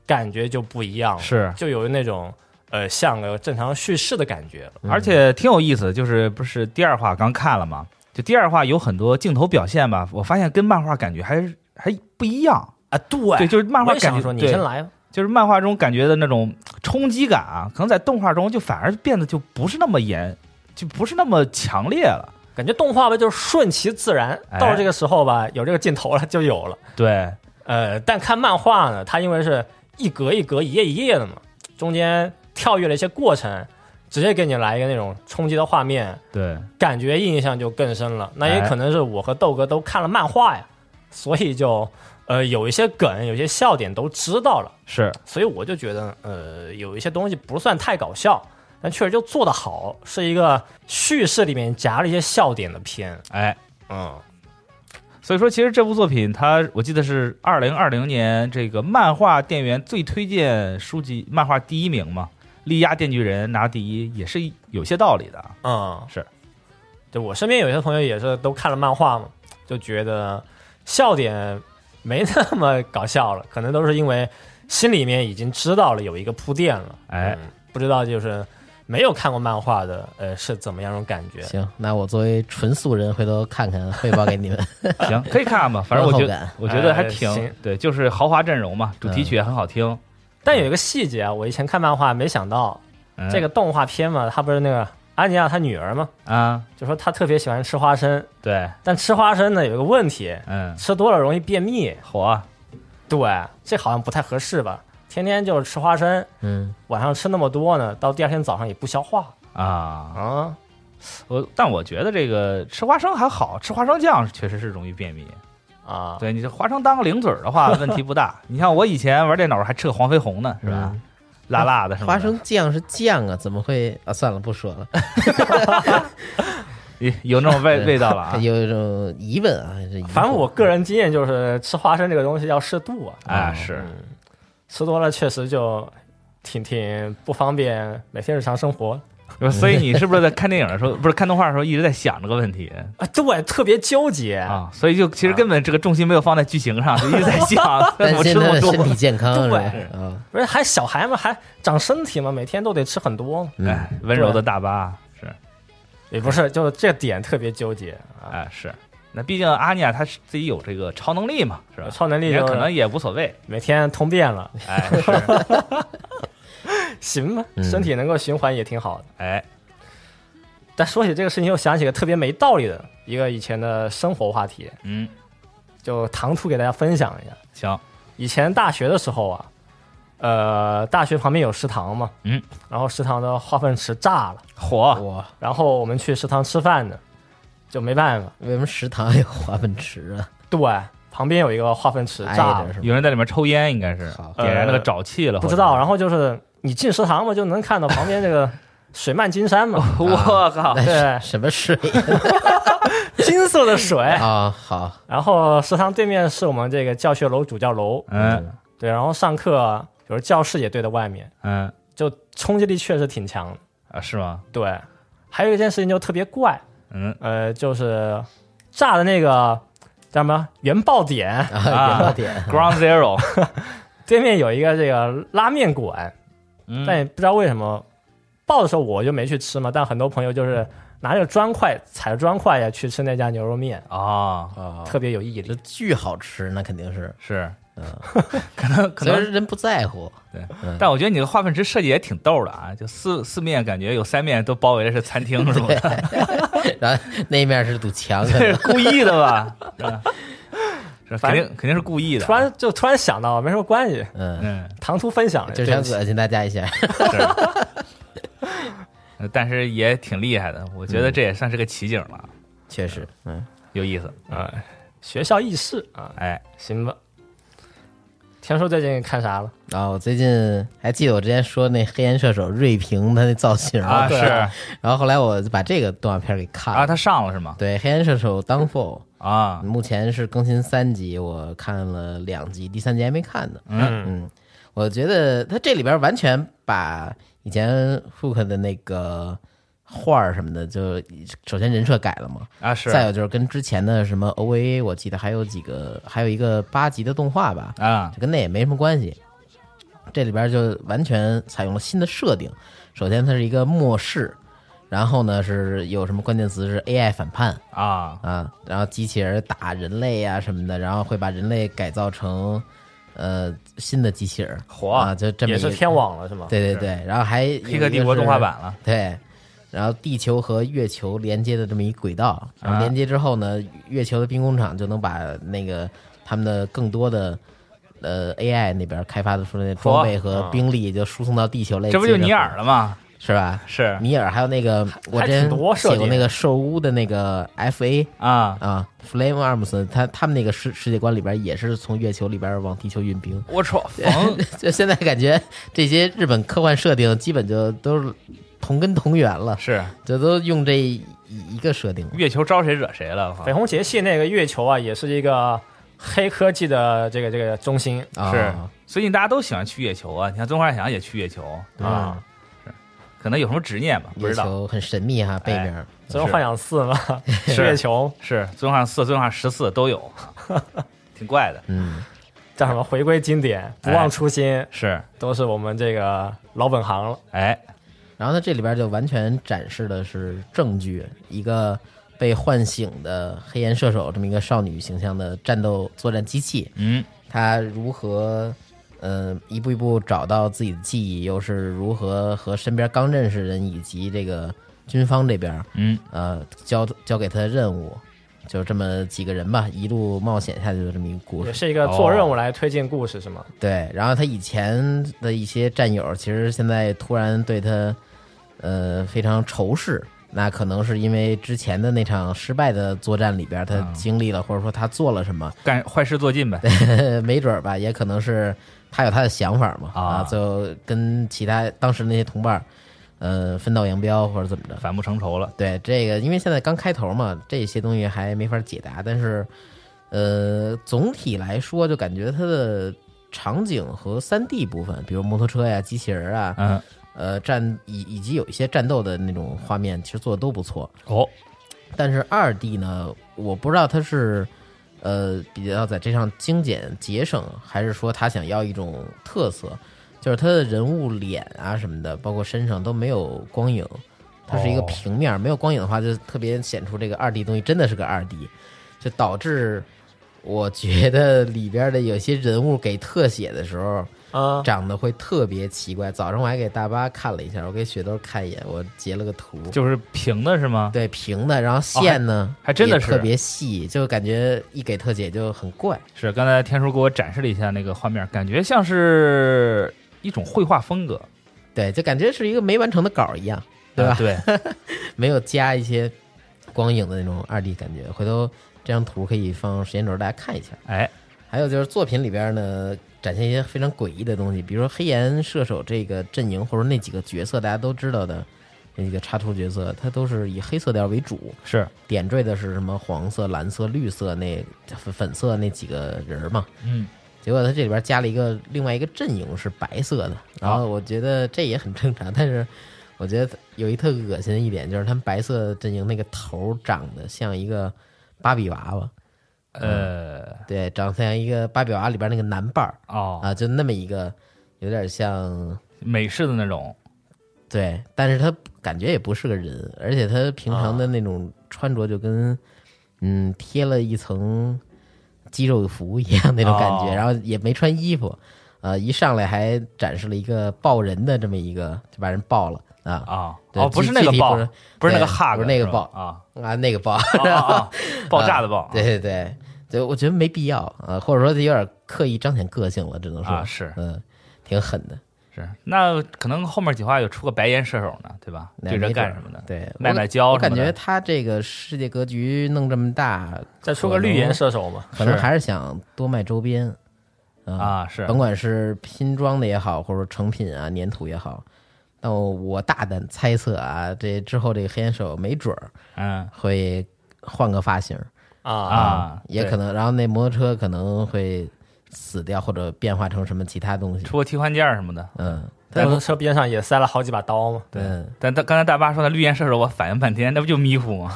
Speaker 3: 感觉就不一样了，
Speaker 4: 是，
Speaker 3: 就有那种呃像个正常叙事的感觉了。
Speaker 4: 而且挺有意思，就是不是第二话刚看了嘛？就第二话有很多镜头表现吧，我发现跟漫画感觉还是还不一样。
Speaker 3: 啊，对
Speaker 4: 对，就是漫
Speaker 3: 我
Speaker 4: 画
Speaker 3: 也
Speaker 4: 感
Speaker 3: 想
Speaker 4: 觉，
Speaker 3: 说你
Speaker 4: 对
Speaker 3: 先来吧，
Speaker 4: 就是漫画中感觉的那种冲击感啊，可能在动画中就反而变得就不是那么严，就不是那么强烈了。
Speaker 3: 感觉动画吧就是顺其自然，
Speaker 4: 哎
Speaker 3: 到了这个时候吧，有这个镜头了就有了。
Speaker 4: 对，
Speaker 3: 呃，但看漫画呢，它因为是一格一格、一页一页的嘛，中间跳跃了一些过程，直接给你来一个那种冲击的画面，
Speaker 4: 对，
Speaker 3: 感觉印象就更深了。那也
Speaker 4: 哎
Speaker 3: 可能是我和豆哥都看了漫画呀，所以就呃有一些梗、有一些笑点都知道了，
Speaker 4: 是，
Speaker 3: 所以我就觉得呃有一些东西不算太搞笑。但确实就做得好，是一个叙事里面夹了一些笑点的片，
Speaker 4: 哎，
Speaker 3: 嗯，
Speaker 4: 所以说其实这部作品它，我记得是二零二零年这个漫画店员最推荐书籍漫画第一名嘛，力压《电锯人》拿第一，也是有些道理
Speaker 2: <laughs>
Speaker 4: 的啊。
Speaker 3: 嗯，
Speaker 4: 是。
Speaker 3: 就我身边有些朋友也是都看了漫画嘛，就觉得笑点没那么搞笑了，可能都是因为心里面已经知道了有一个铺垫了。
Speaker 4: 哎
Speaker 3: 嗯不知道就是没有看过漫画的，呃，是怎么样一种感觉？
Speaker 2: 行，那我作为纯素人，回头看看，汇报给你们。
Speaker 4: 行，可以看吧，啊反正我觉
Speaker 2: 观后感
Speaker 4: 得我觉得还
Speaker 3: 哎
Speaker 4: 挺、
Speaker 3: 行
Speaker 4: 对，就是豪华阵容嘛，主题曲也很好听。
Speaker 3: 但有一个细节啊，我以前看漫画没想到，
Speaker 4: 嗯
Speaker 3: 这个动画片嘛，他不是那个安妮亚她女儿嘛，
Speaker 4: 啊，
Speaker 3: 就说她特别喜欢吃花生，
Speaker 4: 对，
Speaker 3: 但吃花生呢有一个问题，
Speaker 4: 嗯，
Speaker 3: 吃多了容易便秘。
Speaker 4: 火啊，
Speaker 3: 对，这好像不太合适吧？天天就是吃花生，
Speaker 2: 嗯，
Speaker 3: 晚上吃那么多呢，到第二天早上也不消化
Speaker 4: 啊
Speaker 3: 啊。
Speaker 4: 我但我觉得这个吃花生还好，吃花生酱确实是容易便秘。
Speaker 3: 啊，
Speaker 4: 对你这花生当个零嘴儿的话，问题不大。你像我以前玩电脑还吃个黄飞鸿呢，是吧？辣辣的什
Speaker 2: 嗯
Speaker 4: 么的
Speaker 2: 花生酱是酱啊，怎么会啊？算了，不说了，
Speaker 4: 有有那种味味道了啊！
Speaker 2: <laughs> 有一种疑问啊，这疑惑
Speaker 3: 反正我个人经验就是，吃花生这个东西要适度啊，
Speaker 4: 啊，是
Speaker 3: 吃多了确实就挺挺不方便，每天日常生活
Speaker 4: 所以你是不是在看电影的时候，不是看动画的时候，一直在想这个问题
Speaker 3: 啊，对，特别纠结。
Speaker 4: 啊？所以就其实根本这个重心没有放在剧情上，就一直在想怎
Speaker 2: 担
Speaker 4: 么吃
Speaker 2: 心
Speaker 4: 那
Speaker 2: 他的
Speaker 4: 么
Speaker 2: 身
Speaker 4: <laughs>
Speaker 2: 体
Speaker 4: 多。
Speaker 2: 健康是吧？
Speaker 4: 对
Speaker 2: 啊，
Speaker 3: 不是还小孩嘛，还长身体嘛，每天都得吃很多。
Speaker 4: 哎，温柔的大巴是，
Speaker 3: 也不是，就这点特别纠结。
Speaker 4: 哎是。那毕竟阿尼亚她是自己有这个超能力嘛，是吧？
Speaker 3: 超能力
Speaker 4: 也
Speaker 3: 就
Speaker 4: 可能也无所谓，
Speaker 3: 每天通便了， <laughs>
Speaker 4: 哎是
Speaker 3: 行吧，
Speaker 2: 嗯
Speaker 3: 身体能够循环也挺好的。
Speaker 4: 哎
Speaker 3: 但说起这个事情，又想起个特别没道理的一个以前的生活话题，
Speaker 4: 嗯
Speaker 3: 就唐突给大家分享一下。
Speaker 4: 行
Speaker 3: 以前大学的时候啊，呃，大学旁边有食堂嘛，
Speaker 4: 嗯，
Speaker 3: 然后食堂的化粪池炸了，
Speaker 4: 火
Speaker 2: 哇，
Speaker 3: 然后我们去食堂吃饭呢，就没办法，
Speaker 2: 为什么食堂有化粪池啊？
Speaker 3: 对，旁边有一个化粪池
Speaker 2: 挨
Speaker 3: 炸了
Speaker 2: 着，是吧？
Speaker 4: 有人在里面抽烟，应该是
Speaker 2: 好
Speaker 4: 点燃那个沼气了，
Speaker 3: 呃不知道。
Speaker 4: 后
Speaker 3: 然后就是你进食堂嘛，就能看到旁边这个水漫金山
Speaker 4: 哦
Speaker 3: 嘛，
Speaker 4: <laughs> 我靠，
Speaker 3: 对
Speaker 2: <laughs> 那是什么水
Speaker 4: <laughs>
Speaker 3: 金色的水。
Speaker 2: <laughs> 啊？好，
Speaker 3: 然后食堂对面是我们这个教学楼主教楼，
Speaker 4: 嗯
Speaker 3: 对，然后上课，啊比如教室也对在外面，
Speaker 4: 嗯
Speaker 3: 就冲击力确实挺强的。
Speaker 4: 啊是吗？
Speaker 3: 对，还有一件事情就特别怪，
Speaker 4: 嗯
Speaker 3: 呃，就是炸的那个叫什么原爆点，
Speaker 4: <laughs> 啊
Speaker 2: 点
Speaker 4: ，Ground Zero，
Speaker 3: 对面有一个这个拉面馆，
Speaker 4: 嗯
Speaker 3: 但也不知道为什么爆的时候我就没去吃嘛，但很多朋友就是拿着砖块踩着砖块呀去吃那家牛肉面，
Speaker 4: 啊
Speaker 2: 啊，
Speaker 3: 特别有毅
Speaker 2: 这
Speaker 3: 力。
Speaker 2: 巨好吃，那肯定是，
Speaker 4: 是，
Speaker 2: 嗯，
Speaker 4: <laughs> 可能可
Speaker 2: 虽然
Speaker 4: 能，
Speaker 2: 人不在乎，
Speaker 4: 但我觉得你的化粪池设计也挺逗的啊，就四四面感觉有三面都包围的是餐厅是吗？
Speaker 2: 然后那面是堵墙，
Speaker 4: <laughs>
Speaker 2: 可
Speaker 4: 这
Speaker 2: 能
Speaker 4: 是故意的吧？是吧是肯定肯定是故意的。啊
Speaker 3: 突然就突然想到，没什么关系，
Speaker 2: 嗯，
Speaker 4: 嗯，
Speaker 3: 唐突分享，
Speaker 2: 就
Speaker 3: 对
Speaker 2: 想
Speaker 3: 不起
Speaker 2: 恶心大家一下，
Speaker 4: 是。呃但是也挺厉害的，我觉得这也算是个奇景了，
Speaker 2: 确实，嗯，
Speaker 4: 有意思。
Speaker 3: 啊，学校议事啊，
Speaker 4: 哎，
Speaker 3: 行吧。田叔最近看啥了？
Speaker 2: 啊，我最近还记得我之前说那黑岩射手瑞平他那造型吗
Speaker 4: 啊
Speaker 3: 对
Speaker 4: 是
Speaker 3: 啊
Speaker 2: 然后后来我就把这个动画片给看了
Speaker 4: 啊，他上了是吗？
Speaker 2: 对《黑暗射手 Downfall
Speaker 4: 啊》，，
Speaker 2: 目前是更新三集，我看了两集，第三集还没看呢。
Speaker 4: 嗯
Speaker 2: 嗯，我觉得它这里边完全把以前 Hook 的那个画儿什么的，就首先人设改了嘛，
Speaker 4: 啊是
Speaker 2: 再有就是跟之前的什么 OVA，我记得还有几个，还有一个八集的动画吧，
Speaker 4: 啊
Speaker 2: 这跟那也没什么关系。这里边就完全采用了新的设定。首先，它是一个末世，然后呢是有什么关键词是 AI 反叛
Speaker 4: 啊
Speaker 2: 啊，然后机器人打人类啊什么的，然后会把人类改造成呃新的机器人，
Speaker 4: 火
Speaker 2: 啊，就这么
Speaker 3: 也
Speaker 2: 一
Speaker 3: 是
Speaker 2: 个
Speaker 3: 天网了是吗？
Speaker 2: 对对对，然后还有
Speaker 4: 黑客帝国
Speaker 2: 一个是
Speaker 4: 动画版了
Speaker 2: 对，然后地球和月球连接的这么一轨道，然后
Speaker 4: 啊
Speaker 2: 连接之后呢，月球的兵工厂就能把那个他们的更多的呃 AI 那边开发的出来的装备和兵力就输送到地球类，
Speaker 4: 这不就尼尔
Speaker 2: 了
Speaker 4: 了吗？
Speaker 2: 是吧？
Speaker 4: 是
Speaker 2: 尼尔还有那个我
Speaker 3: 还
Speaker 2: 之前
Speaker 3: 挺多设
Speaker 2: 写过
Speaker 3: 计
Speaker 2: 那个兽屋的那个 FA
Speaker 4: 啊，
Speaker 2: 啊，Flame Arms，他他们那个世世界观里边也是从月球里边往地球运兵。 <laughs>
Speaker 4: 我操，冯
Speaker 2: 就现在感觉这些日本科幻设定基本就都是同根同源了，
Speaker 4: 是
Speaker 2: 这都用这一一个设定了。
Speaker 4: 月球招谁惹谁了？
Speaker 3: 绯红节系那个月球啊，也是一个黑科技的这个这个中心
Speaker 4: 是
Speaker 2: 啊，
Speaker 4: 最近大家都喜欢去月球啊，你看《中华想也去月球，
Speaker 3: 啊。
Speaker 4: 可能有什么执念吧？嗯不
Speaker 2: 月
Speaker 4: 知道。哎
Speaker 2: 球很神秘哈，背面
Speaker 3: 最终幻想四嘛，
Speaker 4: 是
Speaker 3: 月球
Speaker 4: 是《最终幻想四》《最终幻想十四》都有，
Speaker 2: <laughs>
Speaker 4: 挺怪的。
Speaker 2: 嗯，
Speaker 3: 叫什么？回归经典，不忘初心，
Speaker 4: 是，
Speaker 3: 都是我们这个老本行了。
Speaker 4: 哎，
Speaker 2: 然后它这里边就完全展示的是证据，一个被唤醒的黑岩射手这么一个少女形象的战斗作战机器，
Speaker 4: 嗯，
Speaker 2: 她如何呃一步一步找到自己的记忆，又是如何和身边刚认识的人以及这个军方这边
Speaker 4: 嗯，
Speaker 2: 呃交交给他的任务，就这么几个人吧，一路冒险下去的这么一个故
Speaker 3: 也
Speaker 2: 事。
Speaker 3: 是一个做任务来推进故事，是吗？
Speaker 2: 对，然后他以前的一些战友，其实现在突然对他呃非常仇视，那可能是因为之前的那场失败的作战里边，他经历了、或者说他做了什么， <laughs>
Speaker 4: 干坏事做尽呗。
Speaker 2: 没准儿吧，也可能是他有他的想法嘛
Speaker 4: 啊
Speaker 2: 最后跟其他当时那些同伴儿，呃，分道扬镳或者怎么着。
Speaker 4: 反目成仇了。
Speaker 2: 对这个，因为现在刚开头嘛，这些东西还没法解答，但是，呃，总体来说，就感觉它的场景和三 D 部分，比如摩托车呀、机器人儿啊，
Speaker 4: 嗯，
Speaker 2: 呃，战以以及有一些战斗的那种画面，其实做的都不错。
Speaker 4: 哦，
Speaker 2: 但是二 D 呢，我不知道它是呃比较在这上精简节省，还是说他想要一种特色，就是他的人物脸啊什么的，包括身上都没有光影，它是一个
Speaker 4: 哦
Speaker 2: 平面，没有光影的话，就特别显出这个二 D 东西真的是个二 D，就导致我觉得里边的有些人物给特写的时候。
Speaker 3: 啊，
Speaker 2: 长得会特别奇怪。早上我还给大巴看了一下，我给雪豆看一眼，我截了个图，
Speaker 4: 就是平的是吗？
Speaker 2: 对平的，然后线呢、
Speaker 4: 还还真的
Speaker 2: 也
Speaker 4: 是
Speaker 2: 特别细，就感觉一给特写就很怪。
Speaker 4: 是，刚才天叔给我展示了一下那个画面，感觉像是一种绘画风格，
Speaker 2: 对，就感觉是一个没完成的稿儿一样，对吧？
Speaker 4: 啊对，
Speaker 2: <laughs> 没有加一些光影的那种二 D 感觉。回头这张图可以放时间轴，大家看一下。
Speaker 4: 哎，
Speaker 2: 还有就是作品里边呢，展现一些非常诡异的东西，比如说黑岩射手这个阵营，或者那几个角色大家都知道的那几个插图角色，它都是以黑色调为主，
Speaker 4: 是
Speaker 2: 点缀的是什么黄色、蓝色、绿色那粉粉色那几个人儿嘛。
Speaker 4: 嗯，
Speaker 2: 结果他这里边加了一个另外一个阵营是白色的，然后我觉得这也很正常，但是我觉得有一特恶心的一点就是他们白色阵营那个头长得像一个芭比娃娃，嗯
Speaker 4: 呃，
Speaker 2: 对，长得像一个芭比娃娃里边那个男伴儿
Speaker 4: 哦，
Speaker 2: 啊，就那么一个有点像
Speaker 4: 美式的那种，
Speaker 2: 对，但是他感觉也不是个人，而且他平常的那种穿着就跟、嗯贴了一层肌肉服一样那种感觉，
Speaker 4: <laughs> 哦
Speaker 2: 然后也没穿衣服，呃，一上来还展示了一个抱人的这么一个，就把人抱了啊
Speaker 4: 啊，
Speaker 2: 对
Speaker 4: 哦，不
Speaker 2: 具
Speaker 4: 是那个
Speaker 2: 具体
Speaker 4: 爆
Speaker 2: 不是，
Speaker 4: 不是那个
Speaker 2: 对
Speaker 4: hug，
Speaker 2: 不是那个
Speaker 4: 吧
Speaker 2: 爆
Speaker 4: 啊
Speaker 2: 啊那个抱，
Speaker 4: 啊
Speaker 2: <laughs>
Speaker 4: 啊，啊 <laughs> 爆炸的爆，
Speaker 2: 对对对，就我觉得没必要啊，或者说他有点刻意彰显个性了，只能说、
Speaker 4: 啊是
Speaker 2: 嗯，挺狠的，
Speaker 4: 是，那可能后面几话有出个白岩射手呢，对吧？
Speaker 2: 那
Speaker 4: 对着
Speaker 2: 没准
Speaker 4: 干
Speaker 2: 儿
Speaker 4: 什么的？
Speaker 2: 对，我
Speaker 4: 卖
Speaker 2: 感
Speaker 4: 卖胶
Speaker 2: 我
Speaker 4: 什
Speaker 2: 感
Speaker 4: 么的
Speaker 2: 觉他这个世界格局弄这么大，
Speaker 3: 再出个绿
Speaker 2: 可
Speaker 3: 岩
Speaker 2: 能
Speaker 3: 射手嘛，
Speaker 2: 可能
Speaker 4: 是
Speaker 2: 还是想多卖周边嗯
Speaker 4: 啊是
Speaker 2: 甭管是拼装的也好，或者成品啊、粘土也好。但我我大胆猜测啊，这之后这个黑岩手没准儿
Speaker 4: 嗯
Speaker 2: 会换个发型
Speaker 3: 啊
Speaker 4: 啊，
Speaker 2: 也可能，然后那摩托车可能会死掉或者变化成什么其他东西。
Speaker 4: 出个替换件儿什么的。
Speaker 2: 嗯，
Speaker 3: 摩托车边上也塞了好几把刀嘛，
Speaker 4: 对
Speaker 2: 嗯，
Speaker 4: 但但刚才大巴说那绿岩射手，我反应半天，那不就迷糊
Speaker 2: <laughs>
Speaker 4: 吗？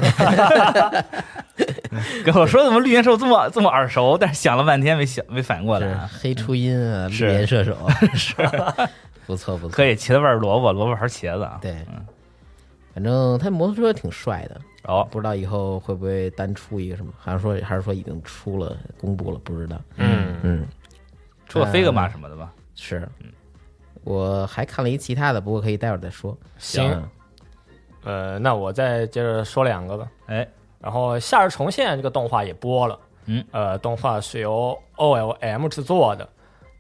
Speaker 4: 跟我说怎么绿岩射手这么这么耳熟，但是想了半天没想没反应过来
Speaker 2: 是
Speaker 4: 啊。
Speaker 2: 黑初音啊，绿
Speaker 4: 是
Speaker 2: 岩射
Speaker 4: <laughs>
Speaker 2: 手是， <laughs> 不错不错，
Speaker 4: 可以，茄子味儿萝卜，萝卜还是茄子啊？
Speaker 2: 对，反正他摩托车挺帅的，
Speaker 4: 哦，
Speaker 2: 不知道以后会不会单出一个什么，好像说还是说已经出了，公布了，不知道。
Speaker 3: 嗯，
Speaker 2: 嗯，
Speaker 4: 出个飞哥马什么的吧。
Speaker 2: 是。我还看了一其他的，不过可以待会儿再说。
Speaker 3: 行，
Speaker 2: 嗯
Speaker 3: 呃，那我再接着说两个吧。
Speaker 4: 哎，
Speaker 3: 然后《夏日重现》这个动画也播了，
Speaker 4: 嗯，
Speaker 3: 呃，动画是由 OLM 制作的，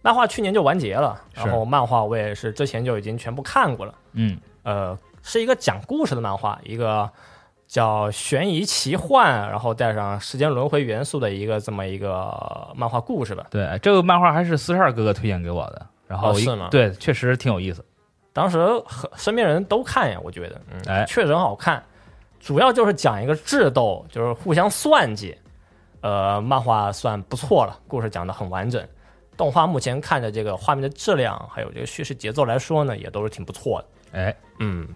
Speaker 3: 漫画去年就完结了，然
Speaker 4: 是
Speaker 3: 后漫画我也是之前就已经全部看过了，
Speaker 4: 嗯，
Speaker 3: 呃，是一个讲故事的漫画，一个叫悬疑奇幻，然后带上时间轮回元素的一个这么一个漫画故事吧。
Speaker 4: 对，这个漫画还是四十二哥哥推荐给我的，然后
Speaker 3: 哦
Speaker 4: 我一
Speaker 3: 是吗
Speaker 4: 对，确实挺有意思。
Speaker 3: 当时很身边人都看呀，我觉得，嗯，
Speaker 4: 哎
Speaker 3: 确实很好看。主要就是讲一个智斗，就是互相算计。呃，漫画算不错了，故事讲得很完整。动画目前看着这个画面的质量，还有这个叙事节奏来说呢，也都是挺不错的。
Speaker 4: 哎，
Speaker 3: 嗯，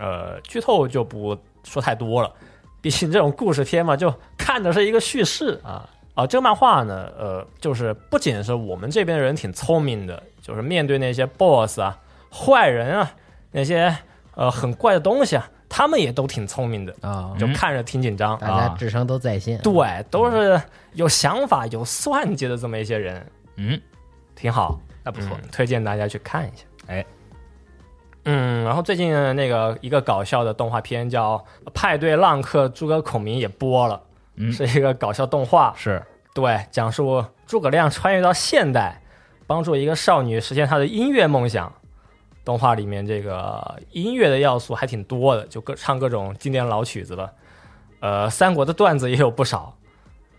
Speaker 3: 呃，剧透就不说太多了，毕竟这种故事片嘛，就看的是一个叙事啊。啊，这个漫画呢，呃，就是不仅是我们这边人挺聪明的，就是面对那些 BOSS 啊、坏人啊、那些呃很怪的东西啊，他们也都挺聪明的，
Speaker 2: 啊，
Speaker 3: 就看着挺紧张。
Speaker 2: 大家智商都在线。
Speaker 3: 对，都是有想法、有算计的这么一些人，
Speaker 4: 嗯，
Speaker 3: 挺好。
Speaker 4: 那不错
Speaker 3: 嗯，推荐大家去看一下。
Speaker 4: 哎，
Speaker 3: 嗯，然后最近那个一个搞笑的动画片叫《派对浪客诸葛孔明》也播了，
Speaker 4: 嗯
Speaker 3: 是一个搞笑动画，
Speaker 4: 是
Speaker 3: 对，讲述诸葛亮穿越到现代，帮助一个少女实现她的音乐梦想。动画里面这个音乐的要素还挺多的，就各唱各种经典老曲子吧。呃，三国的段子也有不少，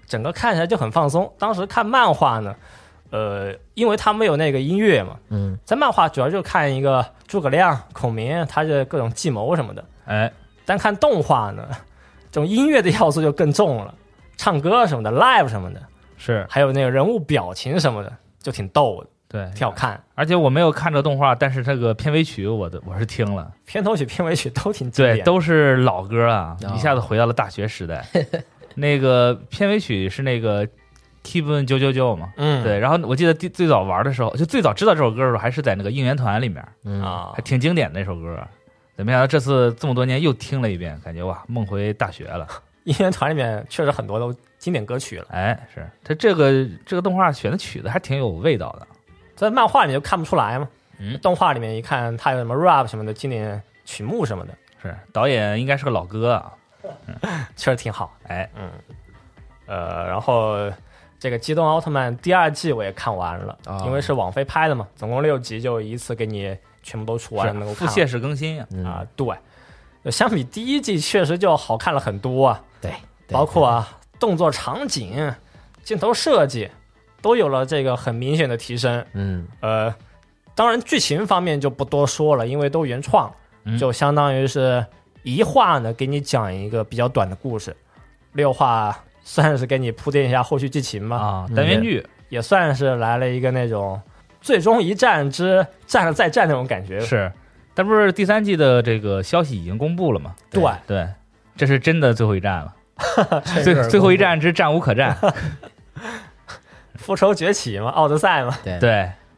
Speaker 3: 整个看起来就很放松。当时看漫画呢，呃，因为他没有那个音乐嘛，
Speaker 2: 嗯，
Speaker 3: 在漫画主要就看一个诸葛亮、孔明，他是各种计谋什么的。
Speaker 4: 哎，
Speaker 3: 单看动画呢，这种音乐的要素就更重了，唱歌什么的、live 什么的，
Speaker 4: 是
Speaker 3: 还有那个人物表情什么的，就挺逗的，
Speaker 4: 对，
Speaker 3: 挺好看。
Speaker 4: 而且我没有看这动画，但是这个片尾曲我的我是听了，
Speaker 3: 片头曲、片尾曲都挺经典
Speaker 4: 对，都是老歌啊，
Speaker 2: 哦
Speaker 4: 一下子回到了大学
Speaker 3: <laughs>
Speaker 4: 时代。那个片尾曲是那个 Keep 九九九嘛，
Speaker 3: 嗯
Speaker 4: 对。然后我记得第最早玩的时候，就最早知道这首歌的时候，还是在那个应援团里面，
Speaker 2: 嗯，
Speaker 3: 啊
Speaker 4: 还，挺经典的那首歌。对，没想到这次这么多年又听了一遍，感觉哇，梦回大学
Speaker 3: <laughs>
Speaker 4: 了。
Speaker 3: 音乐团里面确实很多都经典歌曲了，
Speaker 4: 哎，是它这个这个动画选的曲子还挺有味道的。
Speaker 3: 在漫画里就看不出来嘛。
Speaker 4: 嗯
Speaker 3: 动画里面一看，它有什么 rap 什么的经典曲目什么的，
Speaker 4: 是导演应该是个老哥啊。
Speaker 3: 确实挺好。嗯
Speaker 4: 哎，
Speaker 3: 呃，然后这个《机动奥特曼》第二季我也看完了，
Speaker 4: 哦
Speaker 2: 啊
Speaker 3: 因为是网飞拍的嘛，总共六集，就一次给你全部都出完，能够
Speaker 4: 是
Speaker 3: 看
Speaker 4: 腹
Speaker 3: 完
Speaker 4: 泻式更新呀、
Speaker 2: 嗯
Speaker 3: 啊、对，呃相比第一季确实就好看了很多啊，
Speaker 2: 对，对
Speaker 3: 包括啊动作场景、镜头设计都有了这个很明显的提升。
Speaker 2: 嗯
Speaker 3: 呃，当然剧情方面就不多说了，因为都原创，就相当于是一话呢给你讲一个比较短的故事，六话算是给你铺垫一下后续剧情吧，
Speaker 4: 啊，单元剧、
Speaker 3: 也算是来了一个那种最终一战之战了再战那种感觉。
Speaker 4: 是，但不是第三季的这个消息已经公布了吗？
Speaker 3: 对，
Speaker 4: 对，这是真的最后一战了，
Speaker 2: <laughs> 这
Speaker 4: 最
Speaker 2: 个
Speaker 4: 最后一战之战无可战。
Speaker 3: 复仇崛起嘛，奥德赛嘛，
Speaker 2: 对，
Speaker 4: 对，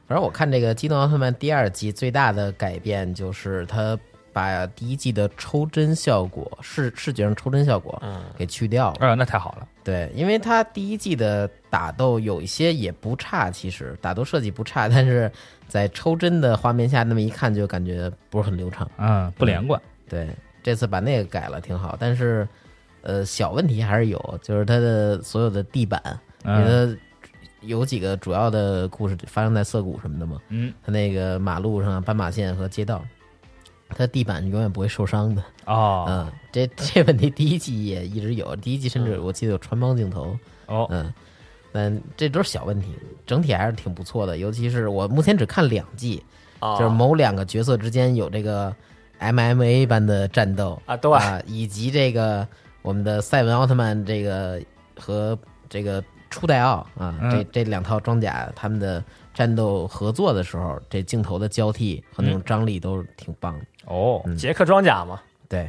Speaker 2: 反正我看这个《机动奥特曼》第二季最大的改变就是它把第一季的抽帧效果视视觉上抽帧效果
Speaker 3: 嗯
Speaker 2: 给去掉了。
Speaker 4: 啊，那太好了。
Speaker 2: 对，因为它第一季的打斗有一些也不差，其实打斗设计不差，但是在抽帧的画面下，那么一看就感觉不是很流畅。
Speaker 4: 嗯，不连贯。
Speaker 2: 对，这次把那个改了挺好，但是呃，小问题还是有，就是它的所有的地板，因为
Speaker 4: 嗯
Speaker 2: 它有几个主要的故事发生在涩谷什么的嘛，
Speaker 4: 嗯
Speaker 2: 它那个马路上、斑马线和街道，它地板永远不会受伤的。
Speaker 4: 哦
Speaker 2: 嗯，这这问题第一季也一直有，第一季甚至我记得有穿帮镜头。
Speaker 4: 哦，
Speaker 2: 嗯，但这都是小问题，整体还是挺不错的。尤其是我目前只看两季，
Speaker 3: 啊，
Speaker 2: 就是某两个角色之间有这个 MMA 般的战斗
Speaker 3: 啊对
Speaker 2: 啊，以及这个我们的赛文奥特曼这个和这个初代奥啊，
Speaker 4: 嗯
Speaker 2: 这这两套装甲他们的战斗合作的时候，这镜头的交替和那种张力都是挺棒的。
Speaker 4: 哦，
Speaker 3: 杰克装甲嘛，
Speaker 2: 对，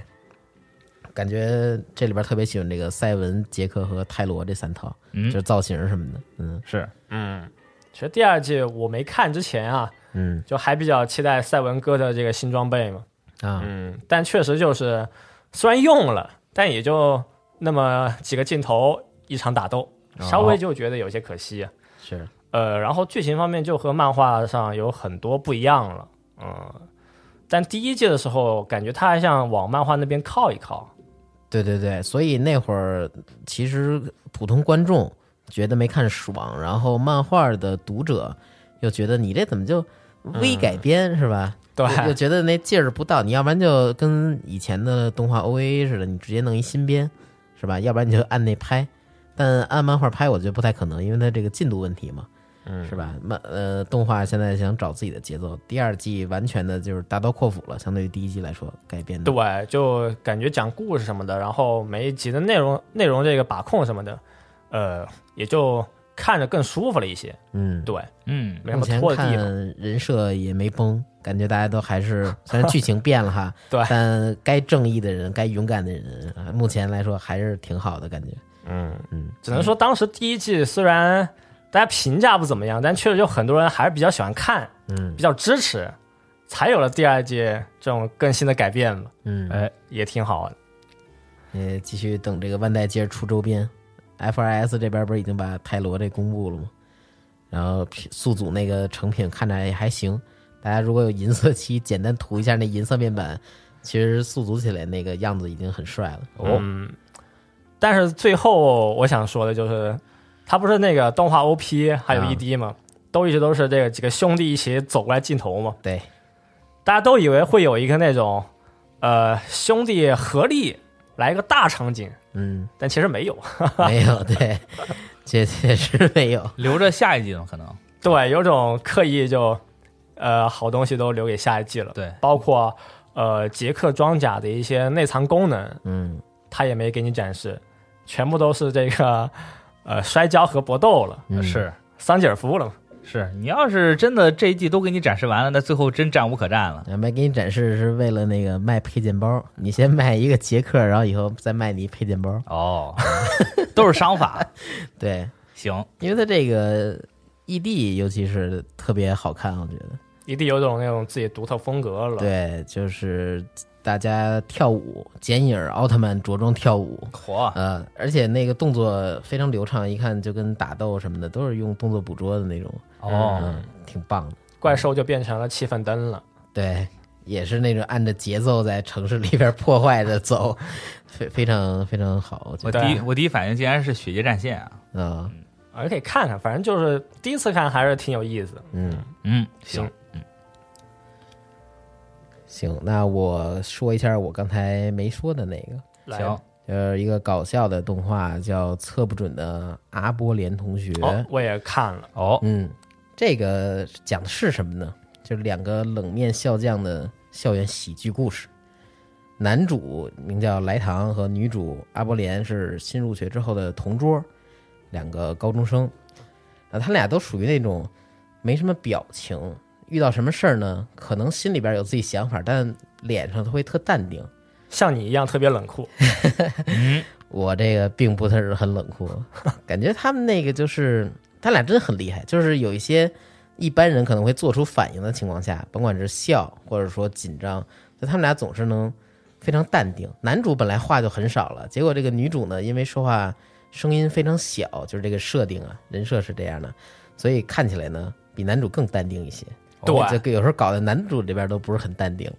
Speaker 2: 感觉这里边特别喜欢这个赛文、杰克和泰罗这三套，
Speaker 4: 嗯
Speaker 2: 就是造型什么的。嗯
Speaker 4: 是
Speaker 3: 嗯，其实第二季我没看之前啊，
Speaker 2: 嗯
Speaker 3: 就还比较期待赛文哥的这个新装备嘛，
Speaker 2: 啊
Speaker 3: 嗯，但确实就是虽然用了，但也就那么几个镜头一场打斗，稍微就觉得有些可惜、啊。
Speaker 2: 是
Speaker 3: 呃，然后剧情方面就和漫画上有很多不一样了，嗯，但第一季的时候感觉他还想往漫画那边靠一靠，
Speaker 2: 对对对，所以那会儿其实普通观众觉得没看爽，然后漫画的读者又觉得你这怎么就微改编、是吧？
Speaker 3: 嗯对
Speaker 2: 又又觉得那劲儿不到，你要不然就跟以前的动画 OVA 似的，你直接弄一新编是吧？要不然你就按那拍，但按漫画拍我觉得不太可能，因为它这个进度问题嘛，
Speaker 3: 嗯
Speaker 2: 是吧？漫呃动画现在想找自己的节奏，第二季完全的就是大刀阔斧了，相对于第一季来说改编的。
Speaker 3: 对，就感觉讲故事什么的，然后每一集的内容内容这个把控什么的，呃，也就看着更舒服了一些。
Speaker 2: 嗯。
Speaker 3: 对，
Speaker 4: 嗯
Speaker 3: 没什
Speaker 2: 目
Speaker 3: 么
Speaker 2: 前
Speaker 3: 拖的
Speaker 2: 看
Speaker 3: 地方。
Speaker 2: 人设也没崩，感觉大家都还
Speaker 3: <laughs>
Speaker 2: 是虽然剧情变了哈，
Speaker 3: 对
Speaker 2: 但该正义的人、该勇敢的人，啊目前来说还是挺好的感觉。
Speaker 3: 嗯
Speaker 2: 嗯，
Speaker 3: 只能说当时第一季虽然大家评价不怎么样，但确实有很多人还是比较喜欢看，
Speaker 2: 嗯
Speaker 3: 比较支持，才有了第二季这种更新的改变嘛，
Speaker 2: 嗯，
Speaker 4: 哎
Speaker 3: 也挺好的。
Speaker 2: 也继续等这个万代接着出周边。FRS 这边不是已经把泰罗这公布了吗？然后宿组那个成品看着也还行，大家如果有银色漆，简单涂一下那银色面板，其实宿组起来那个样子已经很帅了。
Speaker 4: 哦，
Speaker 3: 嗯，但是最后我想说的就是，他不是那个动画 OP 还有
Speaker 2: 啊
Speaker 3: ED 嘛，都一直都是这个几个兄弟一起走过来镜头嘛，
Speaker 2: 对，
Speaker 3: 大家都以为会有一个那种，呃，兄弟合力来一个大场景，
Speaker 2: 嗯，
Speaker 3: 但其实没有。 <laughs>
Speaker 2: 没有，对，这确实没有。
Speaker 4: 留着下一季呢，可能
Speaker 3: 对，有种刻意就，呃，好东西都留给下一季了。
Speaker 4: 对，
Speaker 3: 包括呃杰克装甲的一些内藏功能，
Speaker 2: 嗯，
Speaker 3: 他也没给你展示，全部都是这个呃摔跤和搏斗了，
Speaker 2: 嗯
Speaker 4: 是
Speaker 3: 桑吉尔服务了嘛。
Speaker 4: 是，你要是真的这一季都给你展示完了，那最后真战无可战了。
Speaker 2: 没给你展示是为了那个卖配件包，你先卖一个杰克，然后以后再卖你一配件包。
Speaker 4: 哦，都是商法，
Speaker 2: 对，
Speaker 4: 行，
Speaker 2: 因为它这个异地尤其是特别好看，我觉得。
Speaker 3: 一定有种那种自己独特风格了。，
Speaker 2: 对，就是大家跳舞，剪影儿奥特曼着装跳舞，
Speaker 4: 火，
Speaker 2: 呃，而且那个动作非常流畅，一看就跟打斗什么的都是用动作捕捉的那种，
Speaker 4: 哦，
Speaker 2: 嗯，挺棒的。
Speaker 3: 怪兽就变成了气氛灯了。
Speaker 2: 对，也是那种按着节奏在城市里边破坏的走，非非常非常好，我觉
Speaker 4: 我
Speaker 2: 得
Speaker 4: 第一
Speaker 3: 对
Speaker 4: 我第一反应竟然是血界战线啊，
Speaker 2: 啊，
Speaker 3: 啊，可以看看，反正就是第一次看还是挺有意思。
Speaker 2: 嗯，
Speaker 4: 嗯，
Speaker 3: 行，
Speaker 2: 行，那我说一下我刚才没说的那个，
Speaker 3: 来哦
Speaker 4: 行，
Speaker 2: 就是一个搞笑的动画，叫《测不准的阿波连同学》。
Speaker 3: 哦，我也看了，
Speaker 4: 哦，
Speaker 2: 嗯，这个讲的是什么呢？就是两个冷面笑匠的校园喜剧故事。男主名叫莱唐和女主阿波莲是新入学之后的同桌，两个高中生。啊，他俩都属于那种没什么表情，遇到什么事儿呢，可能心里边有自己想法，但脸上他会特淡定。
Speaker 3: 像你一样特别冷酷。
Speaker 2: 我这个并不是很冷酷， <laughs> 感觉他们那个就是他俩真很厉害，就是有一些一般人可能会做出反应的情况下，甭管是笑或者说紧张，就他们俩总是能非常淡定。男主本来话就很少了，结果这个女主呢，因为说话声音非常小，就是这个设定啊，人设是这样的，所以看起来呢比男主更淡定一些。
Speaker 4: 哦
Speaker 3: 对
Speaker 2: 就有时候搞得男主这边都不是很淡定了，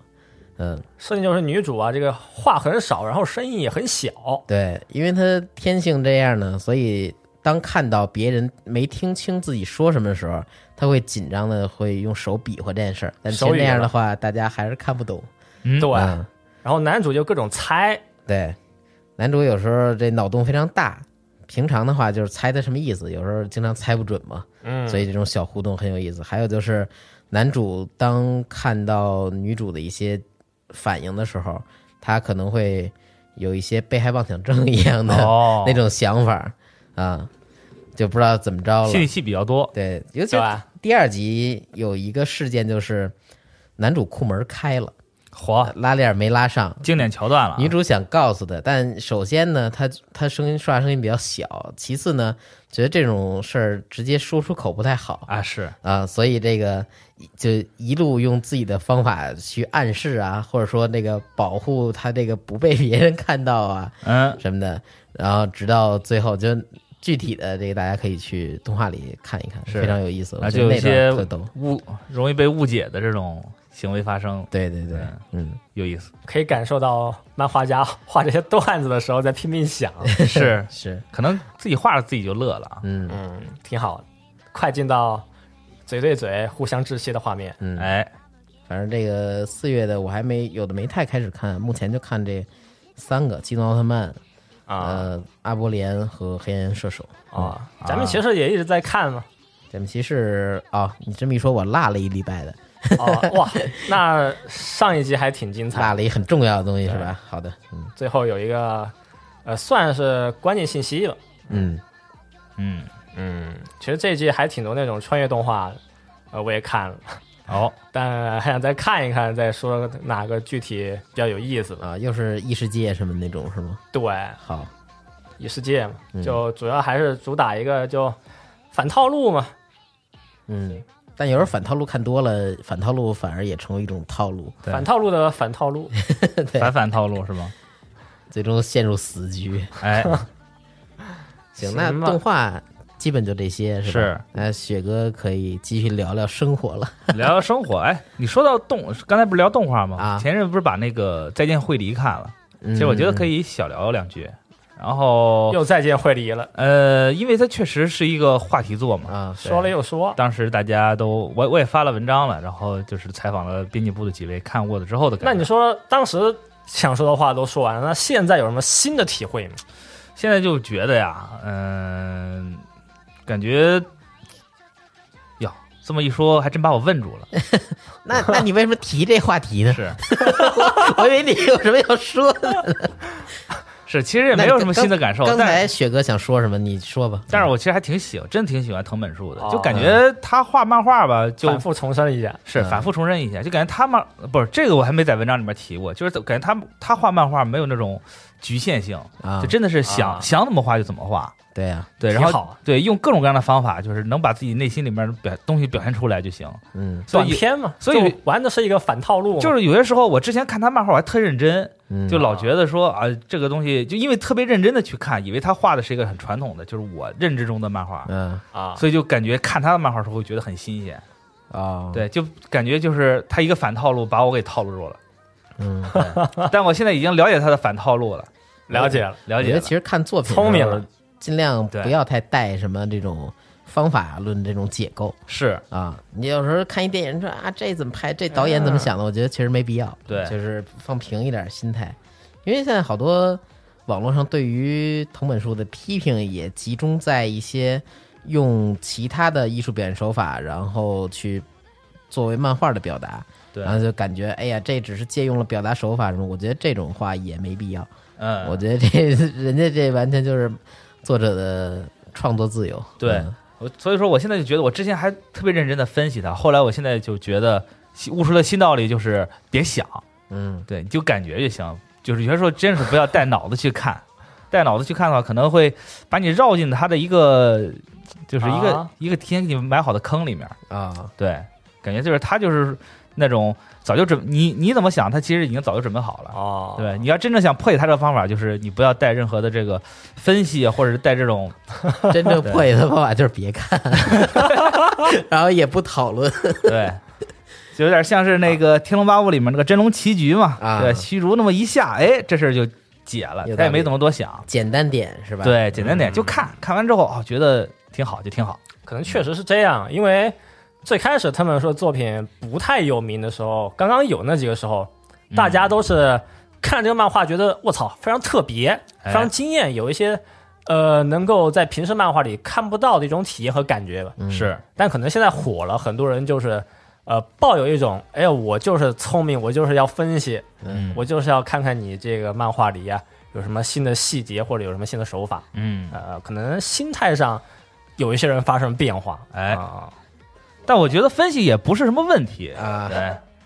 Speaker 2: 嗯。
Speaker 3: 设定就是女主啊，这个话很少，然后声音也很小。
Speaker 2: 对，因为他天性这样呢，所以当看到别人没听清自己说什么的时候，他会紧张的会用手比划这件事儿。但其实
Speaker 3: 手语
Speaker 2: 那
Speaker 3: 啊
Speaker 2: 样的
Speaker 3: 了
Speaker 2: 话，大家还是看不懂。
Speaker 4: 嗯
Speaker 3: 对，
Speaker 2: 嗯，
Speaker 3: 然后男主就各种猜，
Speaker 2: 对，男主有时候这脑洞非常大，平常的话就是猜他什么意思，有时候经常猜不准嘛。
Speaker 3: 嗯，
Speaker 2: 所以这种小互动很有意思。还有就是，男主当看到女主的一些反应的时候，他可能会有一些被害妄想症一样的、
Speaker 4: 哦
Speaker 2: <laughs> 那种想法啊，就不知道怎么着
Speaker 4: 戏里
Speaker 2: 了。
Speaker 4: 戏比较多，
Speaker 2: 对，尤其
Speaker 3: 对
Speaker 2: 是
Speaker 3: 吧？
Speaker 2: 第二集有一个事件，就是男主裤门开了，
Speaker 4: 火，
Speaker 2: 拉链没拉上，
Speaker 4: 经典桥啊段了啊，
Speaker 2: 女主想告诉他，但首先呢，他他声音说话声音比较小，其次呢，觉得这种事儿直接说出口不太好
Speaker 4: 啊是，
Speaker 2: 啊，所以这个就一路用自己的方法去暗示啊，或者说那个保护他这个不被别人看到啊
Speaker 4: 嗯，
Speaker 2: 什么的，然后直到最后就具体的这个大家可以去动画里看一看，
Speaker 4: 是
Speaker 2: 非常有意思，我
Speaker 4: 啊
Speaker 2: 觉
Speaker 4: 就
Speaker 2: 得
Speaker 4: 有
Speaker 2: 那
Speaker 4: 一些
Speaker 2: 段特逗。
Speaker 4: 误容易被误解的这种行为发生，
Speaker 2: 对对对，嗯，
Speaker 4: 有
Speaker 2: <laughs>
Speaker 4: 意思，
Speaker 3: 可以感受到漫画家画这些段子的时候在拼命想，
Speaker 4: 是，
Speaker 2: 是，
Speaker 4: 可能自己画着自己就乐了啊，
Speaker 2: 嗯
Speaker 3: 嗯，挺好的。快进到嘴对嘴互相窒息的画面，
Speaker 2: 嗯，
Speaker 4: 哎，
Speaker 2: 反正这个四月的我还没有的没太开始看，目前就看这三个：机动奥特曼、
Speaker 3: 啊
Speaker 2: 呃阿波连和黑暗射手。
Speaker 3: 啊，咱们其实也一直在看嘛。
Speaker 2: 咱们其实啊，你这么一说，我落了一礼拜的，
Speaker 3: 哦，哇，那上一集还挺精彩
Speaker 2: 落
Speaker 3: 的，
Speaker 2: 了一很重要的东西是吧？好的，
Speaker 3: 最后有一个呃，算是关键信息了。
Speaker 2: 嗯
Speaker 4: 嗯，
Speaker 3: 嗯，其实这一季还挺多那种穿越动画的，呃，我也看了，
Speaker 4: 哦，
Speaker 3: 但还想再看一看，再说哪个具体比较有意思吧。
Speaker 2: 啊，又是异世界什么那种是吗？
Speaker 3: 对，
Speaker 2: 好，
Speaker 3: 异世界嘛
Speaker 2: 嗯，
Speaker 3: 就主要还是主打一个就反套路嘛。
Speaker 2: 嗯，但有时候反套路看多了，反套路反而也成为一种套路，
Speaker 4: 对
Speaker 3: 反套路的反套路，
Speaker 2: 对
Speaker 4: 反反套路
Speaker 2: <laughs>
Speaker 4: 是吗？
Speaker 2: 最终陷入死
Speaker 4: <laughs>
Speaker 2: 局。
Speaker 4: 哎，
Speaker 2: 行，
Speaker 3: 行
Speaker 2: 那
Speaker 3: 吧
Speaker 2: 动画基本就这些，是吧？
Speaker 4: 是
Speaker 2: 那雪哥可以继续聊聊生活了。
Speaker 4: 聊聊生活，哎，你说到动，刚才不是聊动画吗？
Speaker 2: 啊嗯
Speaker 4: 前阵不是把那个《再见惠梨》看了，
Speaker 2: 其
Speaker 4: 其实我觉得可
Speaker 2: 以，
Speaker 4: 以小聊两句，然后
Speaker 3: 又再见惠梨了，
Speaker 4: 呃，因为它确实是一个话题作嘛，
Speaker 2: 啊，对
Speaker 3: 说了又说，
Speaker 4: 当时大家都，我我也发了文章了，然后就是采访了编辑部的几位看过了之后的感觉。
Speaker 3: 那你说当时想说的话都说完了，那现在有什么新的体会吗？
Speaker 4: 现在呃就觉得呀，嗯、感觉呀，这么一说，还真把我问
Speaker 3: <laughs>
Speaker 4: 住了。
Speaker 2: 那那你为什么提这话题呢？
Speaker 4: <laughs> 是
Speaker 2: 我以为你有什么要说的，
Speaker 4: 是，其实也没有什么新的感受，
Speaker 2: 刚刚
Speaker 4: 但
Speaker 2: 才
Speaker 4: 是
Speaker 2: 雪哥想说什么，你说吧。
Speaker 4: 但是我其实还挺喜欢，真挺喜欢藤本树的，
Speaker 3: 哦
Speaker 4: 就感觉他画漫画吧，就
Speaker 3: 反嗯复重申一下，
Speaker 4: 是反复重申一下，就感觉他漫不是这个，我还没在文章里面提过，就是感觉他他画漫画没有那种局限性，
Speaker 2: 啊
Speaker 4: 就，真的是想、
Speaker 3: 啊
Speaker 4: 想怎么画就怎么画。
Speaker 2: 对啊呀，
Speaker 4: 对，
Speaker 3: 挺
Speaker 4: 然后
Speaker 3: 好
Speaker 4: 对用各种各样的方法，就是能把自己内心里面的表东西表现出来就行。
Speaker 2: 嗯
Speaker 4: 所
Speaker 3: 短
Speaker 4: 以
Speaker 3: 片嘛，
Speaker 4: 所以
Speaker 3: 就玩的是一个反套路嘛，
Speaker 4: 就是有些时候，我之前看他漫画，我还特认真，
Speaker 2: 嗯，
Speaker 4: 就老觉得说啊，这个东西就因为特别认真的去看，以为他画的是一个很传统的，就是我认知中的漫画，
Speaker 2: 嗯
Speaker 3: 啊，
Speaker 4: 所以就感觉看他的漫画的时候会觉得很新鲜，
Speaker 2: 哦，，
Speaker 4: 对，就感觉就是他一个反套路把我给套路住了。
Speaker 2: 嗯，
Speaker 4: 但我现在已经了解他的反套路了，
Speaker 3: 了解了，
Speaker 4: 了
Speaker 2: 我觉
Speaker 4: 解
Speaker 2: 得
Speaker 4: 了
Speaker 2: 其。实看作品
Speaker 3: 聪明
Speaker 2: 的时候
Speaker 3: 了，
Speaker 2: 尽量
Speaker 4: 对
Speaker 2: 不要太带什么这种方法论这种解构
Speaker 4: 是
Speaker 2: 啊。你有时候看一电影说啊，这怎么拍，这导演怎么想的，我觉得其实没必要。
Speaker 4: 嗯对
Speaker 2: 就是放平一点心态，因为现在好多网络上对于藤本树的批评也集中在一些用其他的艺术表现手法，然后去作为漫画的表达。
Speaker 4: 对
Speaker 2: 然后就感觉，哎呀，这只是借用了表达手法什么，我觉得这种话也没必要。
Speaker 4: 嗯，
Speaker 2: 我觉得这人家这完全就是作者的创作自由。
Speaker 4: 对
Speaker 2: 嗯
Speaker 4: 我所以说我现在就觉得，我之前还特别认真的分析他，后来我现在就觉得悟出了新道理，就是别想，
Speaker 2: 嗯，
Speaker 4: 对，你就感觉就行。就是有些时候真是不要带脑子去看，带脑子去看的话，可能会把你绕进他的一个，就是一个、
Speaker 3: 啊
Speaker 4: 一个提前给你埋好的坑里面。
Speaker 2: 啊，
Speaker 4: 对，感觉就是他就是那种早就准你你怎么想，他其实已经早就准备好了。
Speaker 3: 哦，
Speaker 4: 对，你要真正想破解他这个方法，就是你不要带任何的这个分析，啊或者是带这种 <laughs>
Speaker 2: 真正破解的方法就是别看，然后也不讨论。
Speaker 4: 对，就有点像是那个《天龙八部》里面那个真龙棋局嘛，
Speaker 2: 啊
Speaker 4: 对，虚竹那么一下，哎，这事儿就解了
Speaker 2: 有，道
Speaker 4: 他也没
Speaker 2: 理
Speaker 4: 怎么多想，
Speaker 2: 简单点是吧？，
Speaker 4: 对，简单点，
Speaker 3: 嗯
Speaker 4: 就看看完之后哦，觉得挺好就挺好。
Speaker 3: 可能确实是这样，因为最开始他们说作品不太有名的时候，刚刚有那几个时候，大家都是看这个漫画觉得我操非常特别，非
Speaker 4: 哎
Speaker 3: 常惊艳，有一些呃能够在平时漫画里看不到的一种体验和感觉吧。
Speaker 2: 嗯
Speaker 4: 是
Speaker 3: 但可能现在火了，很多人就是呃抱有一种哎呀我就是聪明，我就是要分析，
Speaker 4: 嗯
Speaker 3: 我就是要看看你这个漫画里呀、有什么新的细节或者有什么新的手法，
Speaker 4: 嗯，
Speaker 2: 啊
Speaker 3: 呃，可能心态上有一些人发生变化，
Speaker 4: 哎
Speaker 3: 啊
Speaker 4: 但我觉得分析也不是什么问题
Speaker 2: 啊
Speaker 4: 对，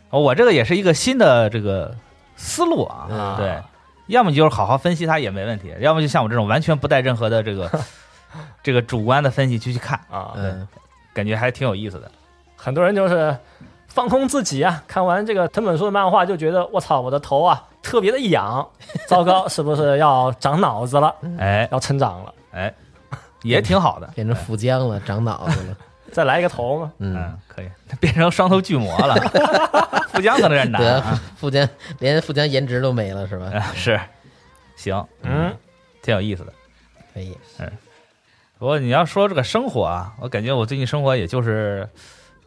Speaker 4: 哦我这个也是一个新的这个思路啊
Speaker 3: 啊。
Speaker 4: 对，要么你就是好好分析它也没问题，要么就像我这种完全不带任何的
Speaker 2: <laughs>
Speaker 4: 这个这个主观的分析去去看，
Speaker 3: 啊，
Speaker 2: 嗯，
Speaker 4: 感觉还挺有意思的。
Speaker 3: 很多人就是放空自己啊，看完这个藤本树的漫画就觉得我操，我的头啊特别的
Speaker 4: <laughs>
Speaker 3: 痒，糟糕，是不是要长脑子了，
Speaker 2: 嗯
Speaker 4: 哎
Speaker 3: 要成长了，
Speaker 4: 哎，也挺好的。
Speaker 2: 变成富江了，长脑子
Speaker 4: <laughs>
Speaker 2: 了。
Speaker 3: 再来一个头嘛？
Speaker 2: 嗯
Speaker 4: 嗯，，可以 <laughs> 变成双头巨魔了，富江可能有点难
Speaker 2: 得
Speaker 4: 啊。
Speaker 2: 富江连富江颜值都没了是吧？
Speaker 4: 啊是，行，
Speaker 3: 嗯，
Speaker 4: 挺有意思的。
Speaker 2: 可以，
Speaker 4: 不过你要说这个生活啊，我感觉我最近生活也就是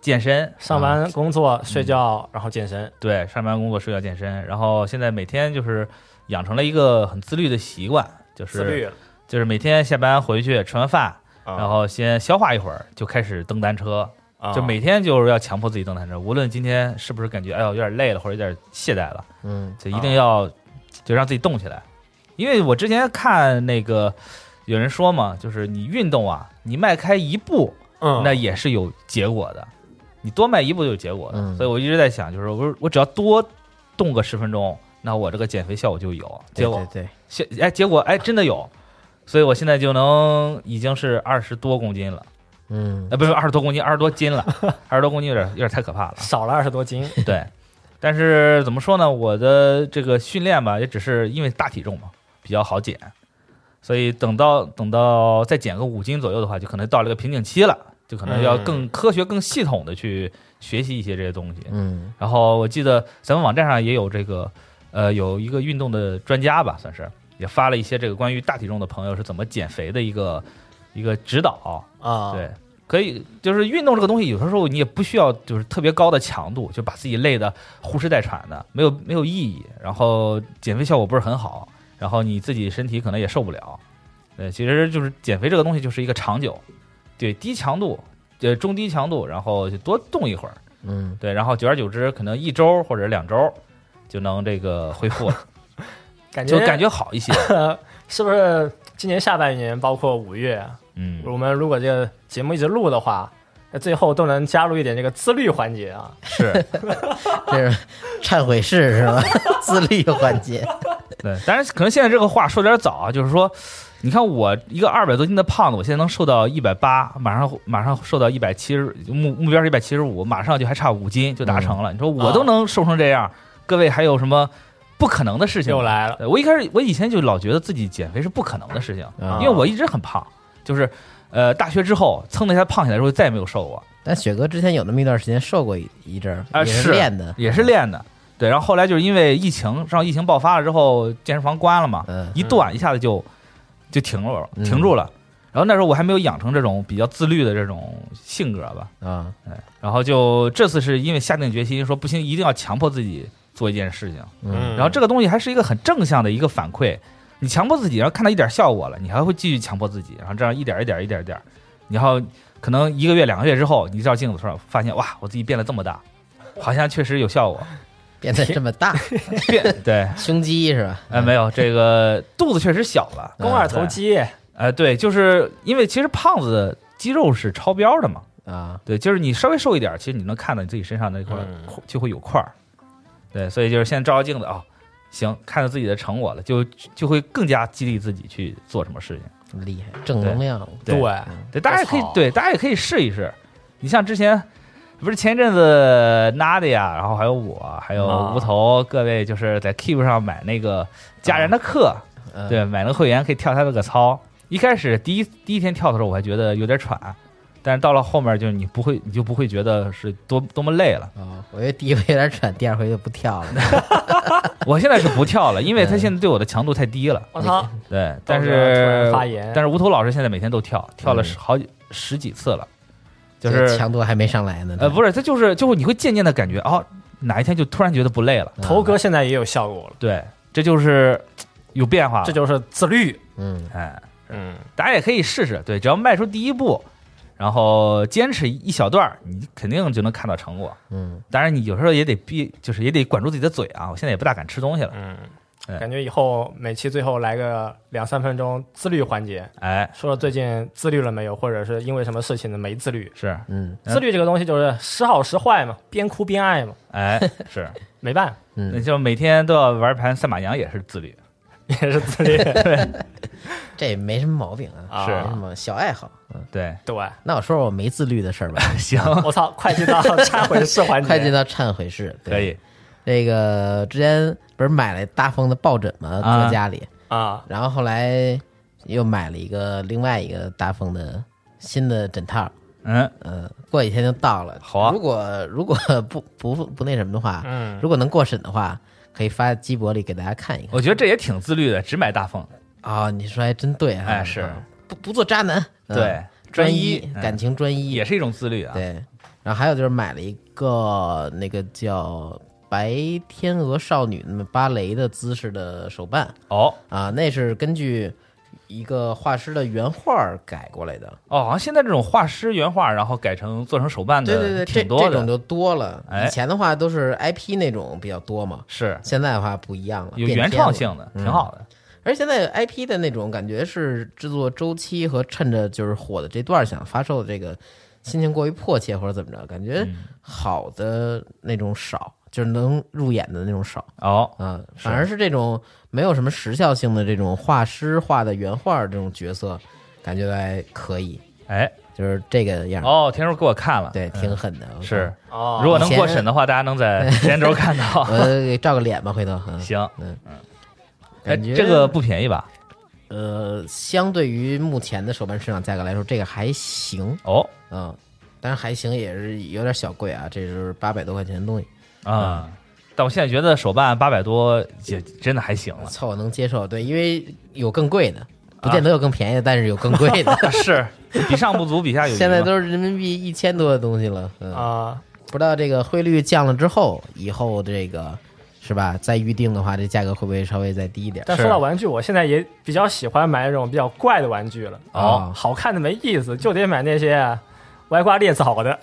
Speaker 4: 健身，嗯
Speaker 3: 上班工作睡觉，然后健身，
Speaker 4: 对，上班工作睡觉健身，然后现在每天就是养成了一个很自律的习惯，就
Speaker 3: 自律
Speaker 4: 是就是每天下班回去吃完饭，
Speaker 3: 啊
Speaker 4: 然后先消化一会儿，就开始蹬单车，
Speaker 3: 啊
Speaker 4: 就每天就是要强迫自己蹬单车，无论今天是不是感觉哎呦有点累了或者有点懈怠了，
Speaker 2: 嗯
Speaker 4: 就一定要就让自己动起来，因为我之前看那个有人说嘛，就是你运动啊，你迈开一步。
Speaker 3: 嗯
Speaker 4: 那也是有结果的。你多迈一步就有结果的，
Speaker 2: 嗯
Speaker 4: 所以我一直在想，就是我我只要多动个十分钟，那我这个减肥效果就有。
Speaker 2: 对
Speaker 4: 结
Speaker 2: 对
Speaker 4: 果
Speaker 2: 对，
Speaker 4: 现哎，结果哎真的有，所以我现在就能已经是二十多公斤了，
Speaker 2: 嗯
Speaker 4: 呃，不是二十多公斤，二十多斤了，二十多公斤有点有点太可怕了。
Speaker 3: 少了二十多斤，
Speaker 4: 对，但是怎么说呢？我的这个训练吧，也只是因为大体重嘛，比较好减，所以等到等到再减个五斤左右的话，就可能到了一个瓶颈期了，就可能要更科学、更系统的去学习一些这些东西。
Speaker 2: 嗯
Speaker 4: 然后我记得咱们网站上也有这个，呃，有一个运动的专家吧，算是也发了一些这个关于大体重的朋友是怎么减肥的一个一个指导。
Speaker 3: 啊，
Speaker 4: 哦对，可以，就是运动这个东西，有的时候你也不需要就是特别高的强度，就把自己累得呼哧带喘的，没有没有意义。然后减肥效果不是很好，然后你自己身体可能也受不了。对，其实就是减肥这个东西就是一个长久，对低强度呃中低强度，然后就多动一会儿，
Speaker 2: 嗯，
Speaker 4: 对，然后久而久之，可能一周或者两周就能这个恢复了，
Speaker 3: 感觉 <laughs>
Speaker 4: 就感觉好一些。
Speaker 3: 是不是今年下半年，包括五月，啊
Speaker 4: 嗯，
Speaker 3: 我们如果这个节目一直录的话，那最后都能加入一点这个自律环节啊。
Speaker 4: 是
Speaker 2: 这是忏悔式是
Speaker 4: <laughs>
Speaker 2: 吧？自律环节，
Speaker 4: 对，当然可能现在这个话说有点早啊，就是说，你看我一个二百多斤的胖子，我现在能瘦到一百八，马上马上瘦到一百七十，目目标是一百七十五，马上就还差五斤就达
Speaker 3: 嗯
Speaker 4: 成了。你说
Speaker 3: 啊
Speaker 4: 我都能瘦成这样，各位还有什么不可能的事情吗？
Speaker 3: 又来了，
Speaker 4: 对我一开始我以前就老觉得自己减肥是不可能的事情，
Speaker 2: 啊
Speaker 4: 因为我一直很胖，就是呃大学之后蹭的一下胖起来之后再也没有瘦过，
Speaker 2: 但雪哥之前有那么一段时间瘦过一一阵儿，
Speaker 4: 啊
Speaker 2: 也是
Speaker 4: 是
Speaker 2: 练的，
Speaker 4: 也是练的。对，然后后来就是因为疫情，然后疫情爆发了之后，健身房关了嘛，
Speaker 2: 嗯
Speaker 4: 一断一下子就就停了，
Speaker 2: 嗯
Speaker 4: 停住了。然后那时候我还没有养成这种比较自律的这种性格吧，
Speaker 2: 啊，
Speaker 4: 然后就这次是因为下定决心说不行，一定要强迫自己做一件事情。
Speaker 2: 嗯
Speaker 4: 然后这个东西还是一个很正向的一个反馈，你强迫自己，然后看到一点效果了，你还会继续强迫自己，然后这样一点一点一点一点，然后可能一个月两个月之后，你照镜子的时候发现哇，我自己变得这么大，好像确实有
Speaker 2: <laughs>
Speaker 4: 效果。
Speaker 2: 变得这么
Speaker 4: <laughs>
Speaker 2: 大，
Speaker 4: 变对，
Speaker 2: 胸肌是吧？
Speaker 4: 哎，没有这个肚子确实小了，
Speaker 3: 肱二头肌，
Speaker 4: 哎，嗯对，就是因为其实胖子肌肉是超标的嘛，
Speaker 2: 啊，
Speaker 4: 对，就是你稍微瘦一点，其实你能看到你自己身上那块儿
Speaker 3: 嗯
Speaker 4: 块就会有块儿，对，所以就是现在照照镜子啊、哦行，看到自己的成果了，就就会更加激励自己去做什么事情。
Speaker 2: 厉害，正能量，
Speaker 4: 对
Speaker 3: 对，
Speaker 4: 对，大家也可以
Speaker 3: 我操
Speaker 4: 对，大家也可以试一试。你像之前不是前一阵子 Nadia，然后还有我，还有
Speaker 3: 啊
Speaker 4: 无头，各位就是在 Keep 上买那个家人的
Speaker 3: 啊
Speaker 4: 课，
Speaker 2: 嗯
Speaker 4: 对，买了会员可以跳他那个操。一开始第一第一天跳的时候，我还觉得有点喘，但是到了后面，就是你不会，你就不会觉得是多多么累了。
Speaker 2: 啊，我觉得第一回有点喘，第二回就不跳了。
Speaker 4: 我现在是不跳了，因为他现在对我的强度太低了。
Speaker 3: 我操，
Speaker 4: 对，但
Speaker 3: 突然
Speaker 4: 是
Speaker 3: 发言
Speaker 4: 但是无头老师现在每天都跳，跳了
Speaker 2: 嗯
Speaker 4: 十好几十几次了， <laughs> 就
Speaker 2: 这
Speaker 4: 是
Speaker 2: 强度还没上来呢。
Speaker 4: 呃，不是，他就是就会你会渐渐的感觉哦，哪一天就突然觉得不累了。
Speaker 3: 头哥现在也有效果了，
Speaker 4: 对，这就是嘖有变化了。
Speaker 3: 这就是自律。
Speaker 2: 嗯，
Speaker 4: 哎，
Speaker 3: 嗯，
Speaker 4: 大家也可以试试，对，只要迈出第一步，然后坚持一小段儿，你肯定就能看到成果。
Speaker 2: 嗯
Speaker 4: 当然，你有时候也得逼，就是也得管住自己的嘴啊。我现在也不大敢吃东西了，
Speaker 2: 嗯
Speaker 4: 哎
Speaker 3: 感觉以后每期最后来个两三分钟自律环节，
Speaker 4: 哎，
Speaker 3: 说说最近自律了没有，或者是因为什么事情呢没自律。
Speaker 4: 是，
Speaker 2: 嗯
Speaker 4: 嗯
Speaker 3: 自律这个东西就是时好时坏嘛，边哭边爱嘛，
Speaker 2: <laughs>
Speaker 4: 哎，是，
Speaker 3: 没办法，
Speaker 4: 那
Speaker 2: 嗯，
Speaker 4: 就每天都要玩盘赛马娘也是自律，
Speaker 3: 也是自律。
Speaker 2: 这也没什么毛病啊，
Speaker 3: 啊
Speaker 2: 没什么小爱好。嗯，
Speaker 4: 对，
Speaker 3: 对，
Speaker 2: 那我说说我没自律的事儿吧，
Speaker 4: <laughs> 行，
Speaker 3: 我操，快进到忏悔式
Speaker 4: <laughs>
Speaker 3: 环节，
Speaker 2: 快进到忏悔室。对
Speaker 4: 可以，，
Speaker 2: 这个之前不是买了大风的抱枕吗？
Speaker 4: 啊
Speaker 2: 搁家里，
Speaker 3: 啊，
Speaker 2: 然后后来又买了一个另外一个大风的新的枕套。
Speaker 4: 嗯，
Speaker 2: 嗯，过几天就到了。
Speaker 4: 好啊
Speaker 2: 如果如果不不不那什么的话，
Speaker 3: 嗯
Speaker 2: 如果能过审的话，可以发鸡脖里给大家看一看。
Speaker 4: 我觉得这也挺自律的，只买大风，
Speaker 2: 啊、你说还真对哈、
Speaker 4: 哎是
Speaker 2: 啊不不做渣男，嗯
Speaker 4: 对
Speaker 2: 专
Speaker 4: 专一嗯
Speaker 2: 感情专一
Speaker 4: 也是一种自律啊，
Speaker 2: 对。然后还有就是买了一个那个叫白天鹅少女那么芭蕾的姿势的手办
Speaker 4: 哦
Speaker 2: 啊，那是根据一个画师的原画儿改过来的。
Speaker 4: 哦，好像现在这种画师原画，然后改成做成手办
Speaker 2: 对对
Speaker 4: 的
Speaker 2: 对，嗯这
Speaker 4: 挺多
Speaker 2: 这种
Speaker 4: 的，
Speaker 2: 就多了。
Speaker 4: 哎
Speaker 2: 以前的话都是 IP 那种比较多嘛，
Speaker 4: 是
Speaker 2: 现在的话不一样了，
Speaker 4: 有
Speaker 2: 变
Speaker 4: 原
Speaker 2: 天了嗯
Speaker 4: 创性的，挺好的，
Speaker 2: 而现在 IP 的那种感觉是制作周期和趁着就是火的这段想发售的这个心情过于迫切或者怎么着，感觉
Speaker 4: 嗯
Speaker 2: 好的那种少，就是能入眼的那种少
Speaker 4: 哦，
Speaker 2: 啊，反而是这种没有什么时效性的这种画师画的原画这种角色，感觉还可以，
Speaker 4: 哎，
Speaker 2: 就是这个样儿，
Speaker 4: 哦，田叔给我看了，
Speaker 2: 对，挺狠的，我
Speaker 4: 是。
Speaker 3: 哦，
Speaker 4: 如果能
Speaker 2: 以前
Speaker 4: 过审的话，大家能在时间轴看
Speaker 2: <laughs> <laughs>
Speaker 4: 到
Speaker 2: 看。我给照个脸吧，回头。嗯，
Speaker 4: 行，哎，
Speaker 2: 感觉
Speaker 4: 这个不便宜吧？
Speaker 2: 呃，相对于目前的手办市场价格来说，这个还行。
Speaker 4: 哦，
Speaker 2: 嗯，但是还行，也是有点小贵啊，这就是八百多块钱的东西，。
Speaker 4: 啊、但我现在觉得手办八百多也真的还行了
Speaker 2: <laughs> 凑合能接受。对，因为有更贵的，不见得有更便宜的，但是有更贵
Speaker 3: <laughs>
Speaker 2: 的。
Speaker 4: 是比上不足，比下有余嘛。
Speaker 2: 现在都是人民币一千多的东西了，嗯，
Speaker 3: 啊，
Speaker 2: 不知道这个汇率降了之后，以后这个是吧？再预定的话，这价格会不会稍微再低一点？
Speaker 3: 但
Speaker 4: 是
Speaker 3: 说到玩具，我现在也比较喜欢买那种比较怪的玩具了。
Speaker 4: 哦
Speaker 3: 好看的没意思，就得买那些歪瓜裂枣
Speaker 4: <laughs>
Speaker 3: 的，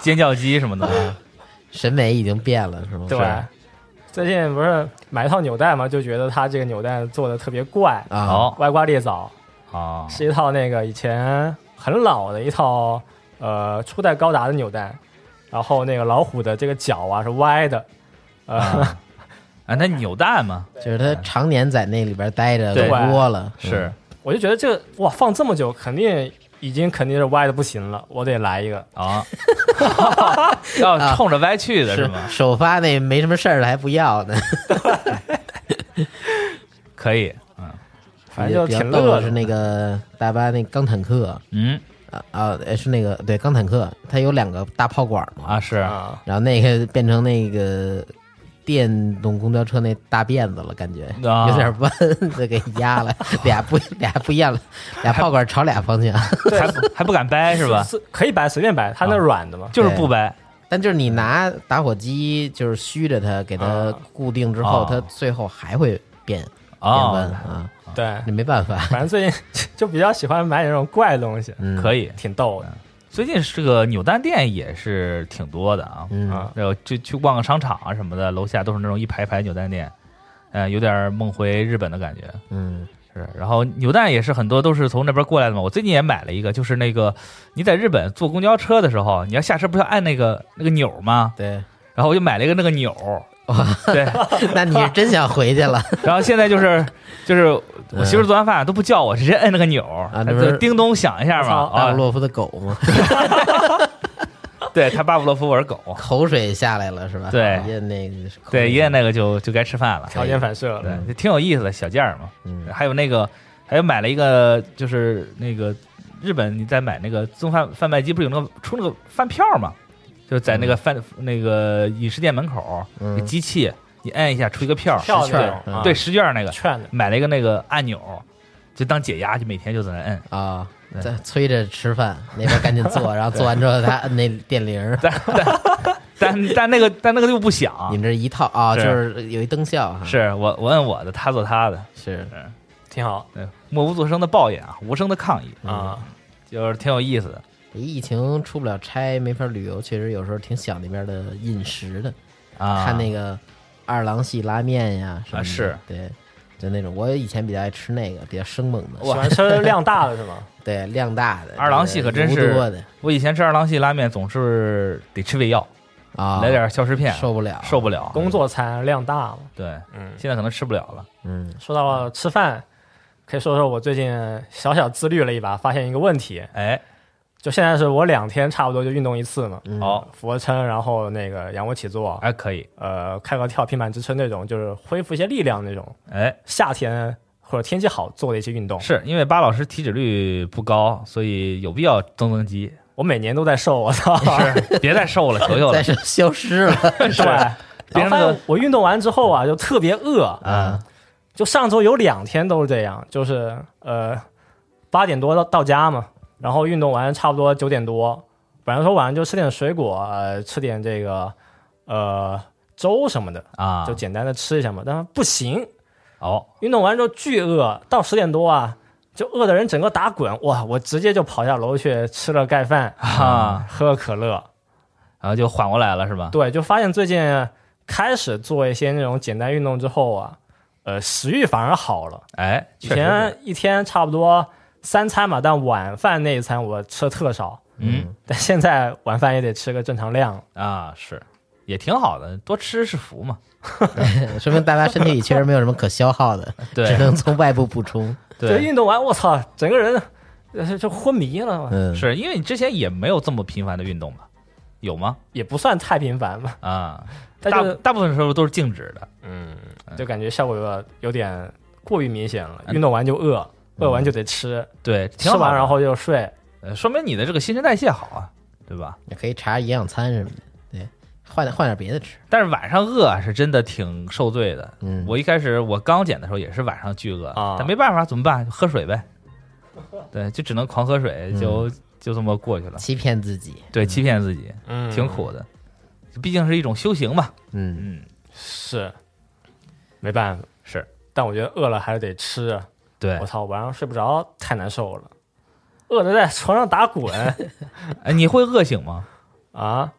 Speaker 4: 尖叫鸡什么的，
Speaker 2: 审美已经变了，是啊吗？
Speaker 3: 对吧？最近不是买一套扭蛋嘛，就觉得它这个扭蛋做的特别怪，
Speaker 2: 啊，
Speaker 4: 好
Speaker 3: 歪瓜裂枣，
Speaker 4: 啊，
Speaker 3: 是一套那个以前很老的一套呃初代高达的扭蛋，然后那个老虎的这个脚啊是歪的，呃，
Speaker 4: 啊，啊那扭蛋嘛，
Speaker 2: 就是他常年在那里边待着
Speaker 4: 对
Speaker 2: 窝了，
Speaker 4: 是
Speaker 3: 我就觉得这个哇放这么久，肯定已经肯定是歪的不行了，我得来一个。
Speaker 2: <laughs>
Speaker 4: 啊，要冲着歪去的是
Speaker 2: 啊是
Speaker 4: 吗？
Speaker 2: 首发那没什么事儿了还不要呢，
Speaker 4: 可以，嗯
Speaker 3: 反正就
Speaker 2: 比较
Speaker 3: 挺
Speaker 2: 逗
Speaker 3: 乐的
Speaker 2: 是那个大巴那钢坦克
Speaker 4: 嗯
Speaker 2: 啊啊呃是那个对钢坦克，它有两个大炮管嘛，
Speaker 4: 啊是
Speaker 3: 啊，
Speaker 2: 然后那个变成那个电动公交车那大辫子了，感觉
Speaker 4: 啊
Speaker 2: 有点弯， <laughs> 就给压了， <laughs> 俩不俩不一样了，俩炮管朝俩方向。 <laughs>
Speaker 4: 还不还不敢掰是吧？
Speaker 3: 啊是可以掰，随便掰，它那
Speaker 4: 啊
Speaker 3: 软的嘛。
Speaker 4: 就是不掰
Speaker 2: 但就是你拿打火机就是虚着它，给它
Speaker 3: 啊
Speaker 2: 固定之后
Speaker 4: 啊，
Speaker 2: 它最后还会变变弯
Speaker 4: 哦，
Speaker 2: 啊，
Speaker 3: 对，
Speaker 2: 你没办法。
Speaker 3: 反正最近 <laughs> 就比较喜欢买点那种怪东西，
Speaker 2: 嗯，
Speaker 4: 可
Speaker 2: 以，
Speaker 4: 以。
Speaker 3: 挺逗的。
Speaker 4: 最近这个扭蛋店也是挺多的啊，
Speaker 2: 嗯
Speaker 3: 啊，
Speaker 4: 然后就去逛个商场啊什么的，楼下都是那种一排一排扭蛋店，嗯，有点梦回日本的感觉。
Speaker 2: 嗯，
Speaker 4: 是，然后扭蛋也是很多都是从那边过来的嘛。我最近也买了一个，就是那个你在日本坐公交车的时候，你要下车不是要按那个那个钮吗？
Speaker 2: 对， <laughs>
Speaker 4: 然后我就买了一个那个钮，对。
Speaker 2: 那你是真想回去了
Speaker 4: 然后现在就是就是我媳妇儿做完饭都不叫我，直接摁那个钮，
Speaker 2: 嗯啊那不是
Speaker 4: 就叮咚响一下嘛。
Speaker 3: 我操
Speaker 2: 大
Speaker 4: 啊，
Speaker 2: 洛夫的狗吗？
Speaker 4: 对他巴甫洛夫我是狗，
Speaker 2: 口水下来了是吧？
Speaker 4: 对
Speaker 2: 咽那个口水
Speaker 4: 对，一摁那个就就该吃饭
Speaker 2: <laughs>
Speaker 4: 了。
Speaker 3: 条件反射了，
Speaker 4: 对，就挺有意思的小件儿嘛。
Speaker 2: 嗯
Speaker 4: 还有那个，还有买了一个，就是那个日本你在买那个自动贩贩卖机，不是有那个出那个饭票嘛？就是在那个饭、那个饮食店门口，
Speaker 2: 嗯
Speaker 4: 有机器你按一下出一个票，
Speaker 3: 票
Speaker 2: 券
Speaker 3: 那
Speaker 2: 儿
Speaker 3: 种
Speaker 2: 嗯
Speaker 3: 啊
Speaker 4: 对，试卷那个，
Speaker 3: 券的。
Speaker 4: 买了一个那个按钮，就当解压，就每天就在那摁。 <laughs>
Speaker 2: 啊，
Speaker 4: 对
Speaker 2: 在催着吃饭，那边赶紧
Speaker 4: <laughs>
Speaker 2: 做，然后做完之后他摁那电铃儿。
Speaker 4: 但但但但那个但那个又不响
Speaker 2: 你，们这一套啊，
Speaker 4: 是
Speaker 2: 就是有一灯效哈，
Speaker 4: 是我我摁我的，他做他的，
Speaker 2: 是
Speaker 3: 挺好
Speaker 4: 对，默不作声的抱怨啊，无声的抗议，
Speaker 2: 嗯
Speaker 3: 啊，
Speaker 4: 就是挺有意思的
Speaker 2: 疫情出不了差，没法旅游，确实有时候挺想那边的饮食的，
Speaker 4: 啊。
Speaker 2: 看那个二郎系拉面呀什么的
Speaker 4: 啊是
Speaker 2: 对，就那种我以前比较爱吃那个比较生猛的，
Speaker 3: 喜欢吃量大的是吗？
Speaker 2: 对量大的
Speaker 4: 二郎系可真是
Speaker 2: 油多的
Speaker 4: 我以前吃二郎系拉面总是得吃胃药，
Speaker 2: 啊，
Speaker 4: 来点消食片，
Speaker 2: 受不了，
Speaker 4: 受不了。
Speaker 3: 工作餐量大嘛。
Speaker 4: 对，
Speaker 3: 嗯，
Speaker 4: 现在可能吃不了了。
Speaker 2: 嗯
Speaker 3: 说到了吃饭，可以说说我最近小小自律了一把，发现一个问题，
Speaker 4: 哎，
Speaker 3: 就现在是我两天差不多就运动一次嘛，
Speaker 2: 嗯
Speaker 4: 好，
Speaker 3: 俯卧撑，然后那个仰卧起坐，
Speaker 4: 还可以。
Speaker 3: 呃，开合跳、平板支撑那种，就是恢复一些力量那种。
Speaker 4: 哎，
Speaker 3: 夏天或者天气好做的一些运动，
Speaker 4: 是因为巴老师体脂率不高，所以有必要增增
Speaker 2: <laughs>
Speaker 4: 肌。
Speaker 3: 我每年都在瘦，我操！ <laughs>
Speaker 4: 是，别再瘦了，求求
Speaker 2: 再
Speaker 4: 了。
Speaker 2: 是消失
Speaker 4: <laughs>
Speaker 2: 了
Speaker 3: 对，
Speaker 4: 别
Speaker 3: 然
Speaker 4: 让那
Speaker 3: 后
Speaker 4: 个
Speaker 3: 我运动完之后啊，就特别饿，
Speaker 2: 啊，
Speaker 3: 就上周有两天都是这样，就是呃八点多到到家嘛，然后运动完差不多九点多，本来说晚上就吃点水果，呃吃点这个呃粥什么的，
Speaker 4: 啊
Speaker 3: 就，简单的吃一下嘛，但是不行，
Speaker 4: 哦，
Speaker 3: 运动完之后巨饿，到十点多啊。就饿的人整个打滚，哇！我直接就跑下楼去吃了盖饭，
Speaker 4: 啊，
Speaker 3: 喝可乐，
Speaker 4: 然后就缓过来了是吧？
Speaker 3: 对，就发现最近开始做一些那种简单运动之后啊，呃，食欲反而好了。
Speaker 4: 哎，
Speaker 3: 以
Speaker 4: 确实是
Speaker 3: 前一天差不多三餐嘛，但晚饭那一餐我吃的特少，
Speaker 4: 嗯
Speaker 3: 但现在晚饭也得吃个正常量。
Speaker 4: 啊是，也挺好的，多吃是福
Speaker 2: <laughs>
Speaker 4: 嘛。
Speaker 2: 说明大家身体里确实没有什么可消耗的，只
Speaker 4: 对
Speaker 2: 能从外部补
Speaker 4: <laughs>
Speaker 2: 充，
Speaker 3: 这
Speaker 4: 对，
Speaker 3: 运动完，我操，整个人呃就昏迷了，
Speaker 2: 嗯，
Speaker 4: 是因为你之前也没有这么频繁的运动吧？有吗？
Speaker 3: 也不算太频繁吧，
Speaker 4: 啊，
Speaker 3: 但
Speaker 4: 大
Speaker 3: 就
Speaker 4: 大部分时候都是静止的。
Speaker 3: 嗯，就感觉效果有有点过于明显了。运动完就饿，
Speaker 2: 嗯
Speaker 3: 饿完就得吃，
Speaker 4: 对，挺
Speaker 3: 吃
Speaker 4: 好
Speaker 3: 完
Speaker 4: 的
Speaker 3: 然后就睡。
Speaker 4: 呃，说明你的这个新陈代谢好啊，对吧？
Speaker 2: 也可以查营养餐什么的，对，换点换点别的吃，
Speaker 4: 但是晚上饿啊是真的挺受罪的。
Speaker 2: 嗯
Speaker 4: 我一开始我刚减的时候也是晚上巨饿，
Speaker 3: 啊
Speaker 4: 但没办法，怎么办？喝水呗。对，就只能狂喝水，就、就这么过去了。
Speaker 2: 欺骗自己，
Speaker 4: 对，欺骗自己，
Speaker 3: 嗯
Speaker 4: 挺苦的。毕竟是一种修行嘛。
Speaker 2: 嗯，
Speaker 4: 嗯，
Speaker 3: 是，没办法。
Speaker 4: 是
Speaker 3: 但我觉得饿了还是得吃。
Speaker 4: 对
Speaker 3: 我。操，晚上睡不着，太难受了。饿得在床上打
Speaker 4: <laughs>
Speaker 3: 滚
Speaker 4: 哎，你会饿醒吗？
Speaker 3: 啊！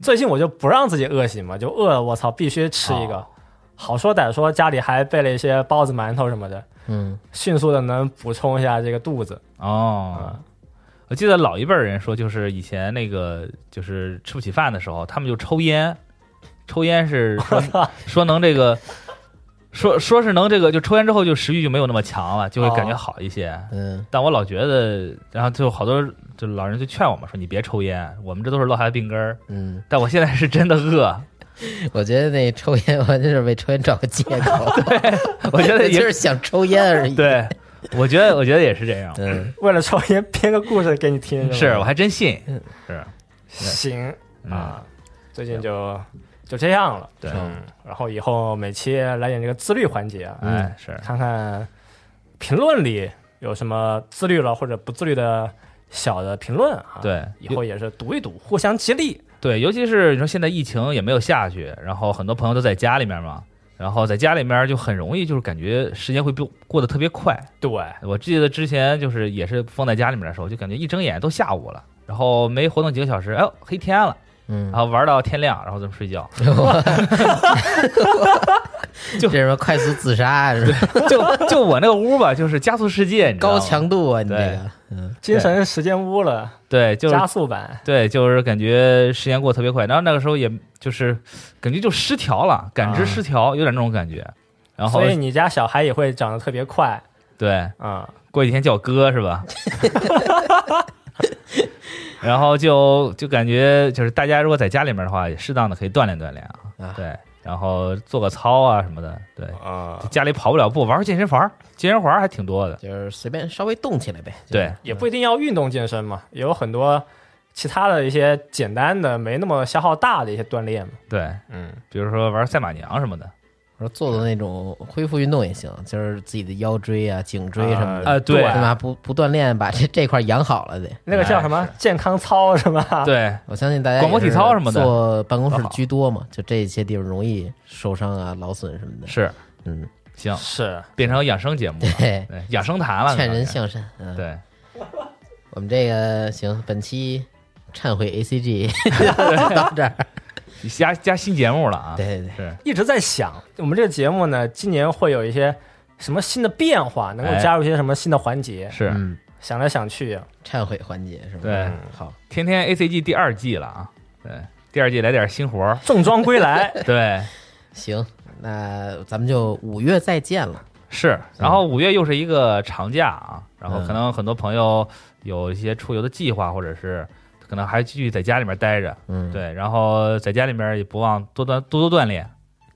Speaker 3: 最近我就不让自己饿醒嘛，就饿了，我操，必须吃一个。
Speaker 4: 哦
Speaker 3: 好说歹说，家里还备了一些包子、馒头什么的，
Speaker 2: 嗯，
Speaker 3: 迅速的能补充一下这个肚子。
Speaker 4: 哦，我记得老一辈儿人说，就是以前那个就是吃不起饭的时候，他们就抽烟，抽烟是说说能这个，说说是能这个，就抽烟之后就食欲就没有那么强了，就会感觉
Speaker 3: 哦
Speaker 4: 好一些。
Speaker 2: 嗯，
Speaker 4: 但我老觉得，然后就好多就老人就劝我们说，你别抽烟，我们这都是落下的病根儿。
Speaker 2: 嗯，
Speaker 4: 但我现在是真的饿，
Speaker 2: 我觉得那抽烟，我就是为抽烟找个借口。
Speaker 4: <laughs> 我觉得也
Speaker 2: 就是想抽烟而已。，
Speaker 4: 对，我觉得我觉得也是这样， <laughs>
Speaker 2: 嗯，
Speaker 3: 为了抽烟编个故事给你听，
Speaker 4: 是
Speaker 3: 吧
Speaker 4: 我还真信，是
Speaker 3: 行
Speaker 4: 嗯
Speaker 3: 啊，最近就就这样了。
Speaker 4: 对
Speaker 3: 嗯，然后以后每期来点这个自律环节啊，
Speaker 4: 哎是，
Speaker 3: 看看评论里有什么自律了或者不自律的小的评论啊。，
Speaker 4: 对，
Speaker 3: 以后也是读一读，互相激励。
Speaker 4: 对，尤其是你说现在疫情也没有下去，然后很多朋友都在家里面嘛，然后在家里面就很容易就是感觉时间会过过得特别快。
Speaker 3: 对，
Speaker 4: 我记得之前就是也是封在家里面的时候，就感觉一睁眼都下午了，然后没活动几个小时，哎呦黑天了，
Speaker 2: 嗯
Speaker 4: 然，后玩到天亮，然后就睡觉，
Speaker 2: 这什么快速自杀啊是吧？
Speaker 4: 就就我那个屋吧，就是加速世界，你知道吗
Speaker 2: 高强度啊，你这
Speaker 4: 对
Speaker 2: 个，嗯，
Speaker 3: 精神时间屋了，
Speaker 4: 对，就是
Speaker 3: 加速版。
Speaker 4: 对，就是感觉时间过得特别快，然后那个时候也就是感觉就失调了，感知
Speaker 3: 啊
Speaker 4: 失调，有点那种感觉。然后
Speaker 3: 所以你家小孩也会长得特别快
Speaker 4: 对，
Speaker 3: 啊、
Speaker 4: 过几天叫哥
Speaker 2: <laughs>
Speaker 4: 是吧？然后就就感觉就是大家如果在家里面的话，也适当的可以锻炼锻炼啊
Speaker 2: 啊，
Speaker 4: 对，然后做个操啊什么的，对，
Speaker 3: 啊、
Speaker 4: 家里跑不了步，玩玩健身房，健身房还挺多的，
Speaker 2: 就是随便稍微动起来呗。就是
Speaker 4: 对，
Speaker 3: 也不一定要运动健身嘛，也有很多其他的一些简单的、没那么消耗大的一些锻炼嘛。
Speaker 4: 对，
Speaker 3: 嗯，
Speaker 4: 比如说玩赛马娘什么的，
Speaker 2: 我说做做那种恢复运动也行，就是自己的腰椎啊、颈椎什么的
Speaker 4: 啊对
Speaker 2: 对吧？不不锻炼，把这这块养好了得。
Speaker 3: 那个叫什么健康操是吧？，
Speaker 4: 哎 <laughs> 对，
Speaker 2: 我相信大家
Speaker 4: 广播体操什么的
Speaker 2: 也是做办公
Speaker 4: 都
Speaker 2: 室
Speaker 4: 好
Speaker 2: 居多嘛，就这些地方容易受伤啊、劳损什么的。
Speaker 4: 是
Speaker 2: 嗯，
Speaker 4: 行，
Speaker 3: 是
Speaker 4: 变成养生节目了， <laughs>
Speaker 2: 对，
Speaker 4: 对，养生谈了，
Speaker 2: 劝
Speaker 4: 感
Speaker 2: 人
Speaker 4: 觉
Speaker 2: 向善。嗯，
Speaker 4: 对，
Speaker 2: 我们这个行，本期忏悔 A C
Speaker 4: <laughs>
Speaker 2: G 到这儿。
Speaker 4: 加加新节目了啊，
Speaker 2: 对嗯对对，
Speaker 4: 是，
Speaker 3: 一直在想我们这个节目呢，今年会有一些什么新的变化，能够
Speaker 4: 哎
Speaker 3: 加入一些什么新的环节。
Speaker 4: 是，
Speaker 2: 嗯，
Speaker 3: 想来想去，
Speaker 2: 忏悔环节是吧？
Speaker 4: 啊对
Speaker 2: 嗯好，
Speaker 4: 天天 A C G 第二季了啊，对，第二季来点新活儿，
Speaker 3: 重装归来
Speaker 4: 对，
Speaker 2: 行，那咱们就五月再见了。
Speaker 4: 是，然后五月又是一个长假啊，然后
Speaker 2: 嗯
Speaker 4: 可能很多朋友有一些出游的计划，或者是可能还继续在家里面待着，
Speaker 2: 嗯，，
Speaker 4: 对，然后在家里面也不忘多锻多多锻炼，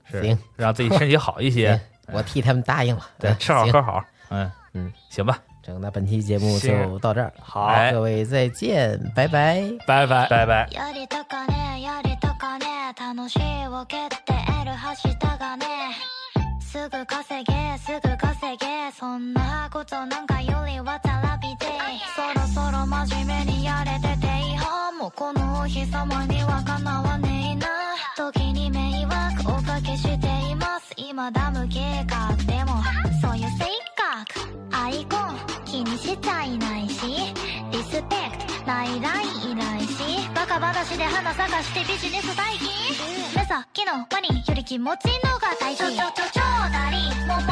Speaker 4: 是
Speaker 2: 行，
Speaker 4: 让自己身体好一些
Speaker 2: <laughs> 行，哎我替他们答应了。
Speaker 4: 对，
Speaker 2: 嗯
Speaker 4: 吃好
Speaker 2: 行
Speaker 4: 喝好，嗯
Speaker 2: 嗯，
Speaker 4: 行吧，
Speaker 2: 整，那本期节目就
Speaker 3: 行
Speaker 2: 到这儿了。
Speaker 3: 好
Speaker 4: 哎
Speaker 2: 各位再见，拜拜。
Speaker 3: 拜拜
Speaker 4: 拜拜。
Speaker 1: やりたかねやりたかね楽しいを蹴って得るはしたがねすぐ稼げすぐ稼げそんなことなんかよりはたらびでそろそろ真面目にやれてていいはもうこのお日様にはかなわねえな時に迷惑おかけしています今だ無計画でもそういう性格アイコン気にしちゃいないしリスペクトないラインいないしバカバカしで花探してビジネス待機目先のワニより気持ちのが大事ちょちょちょちょだりもっ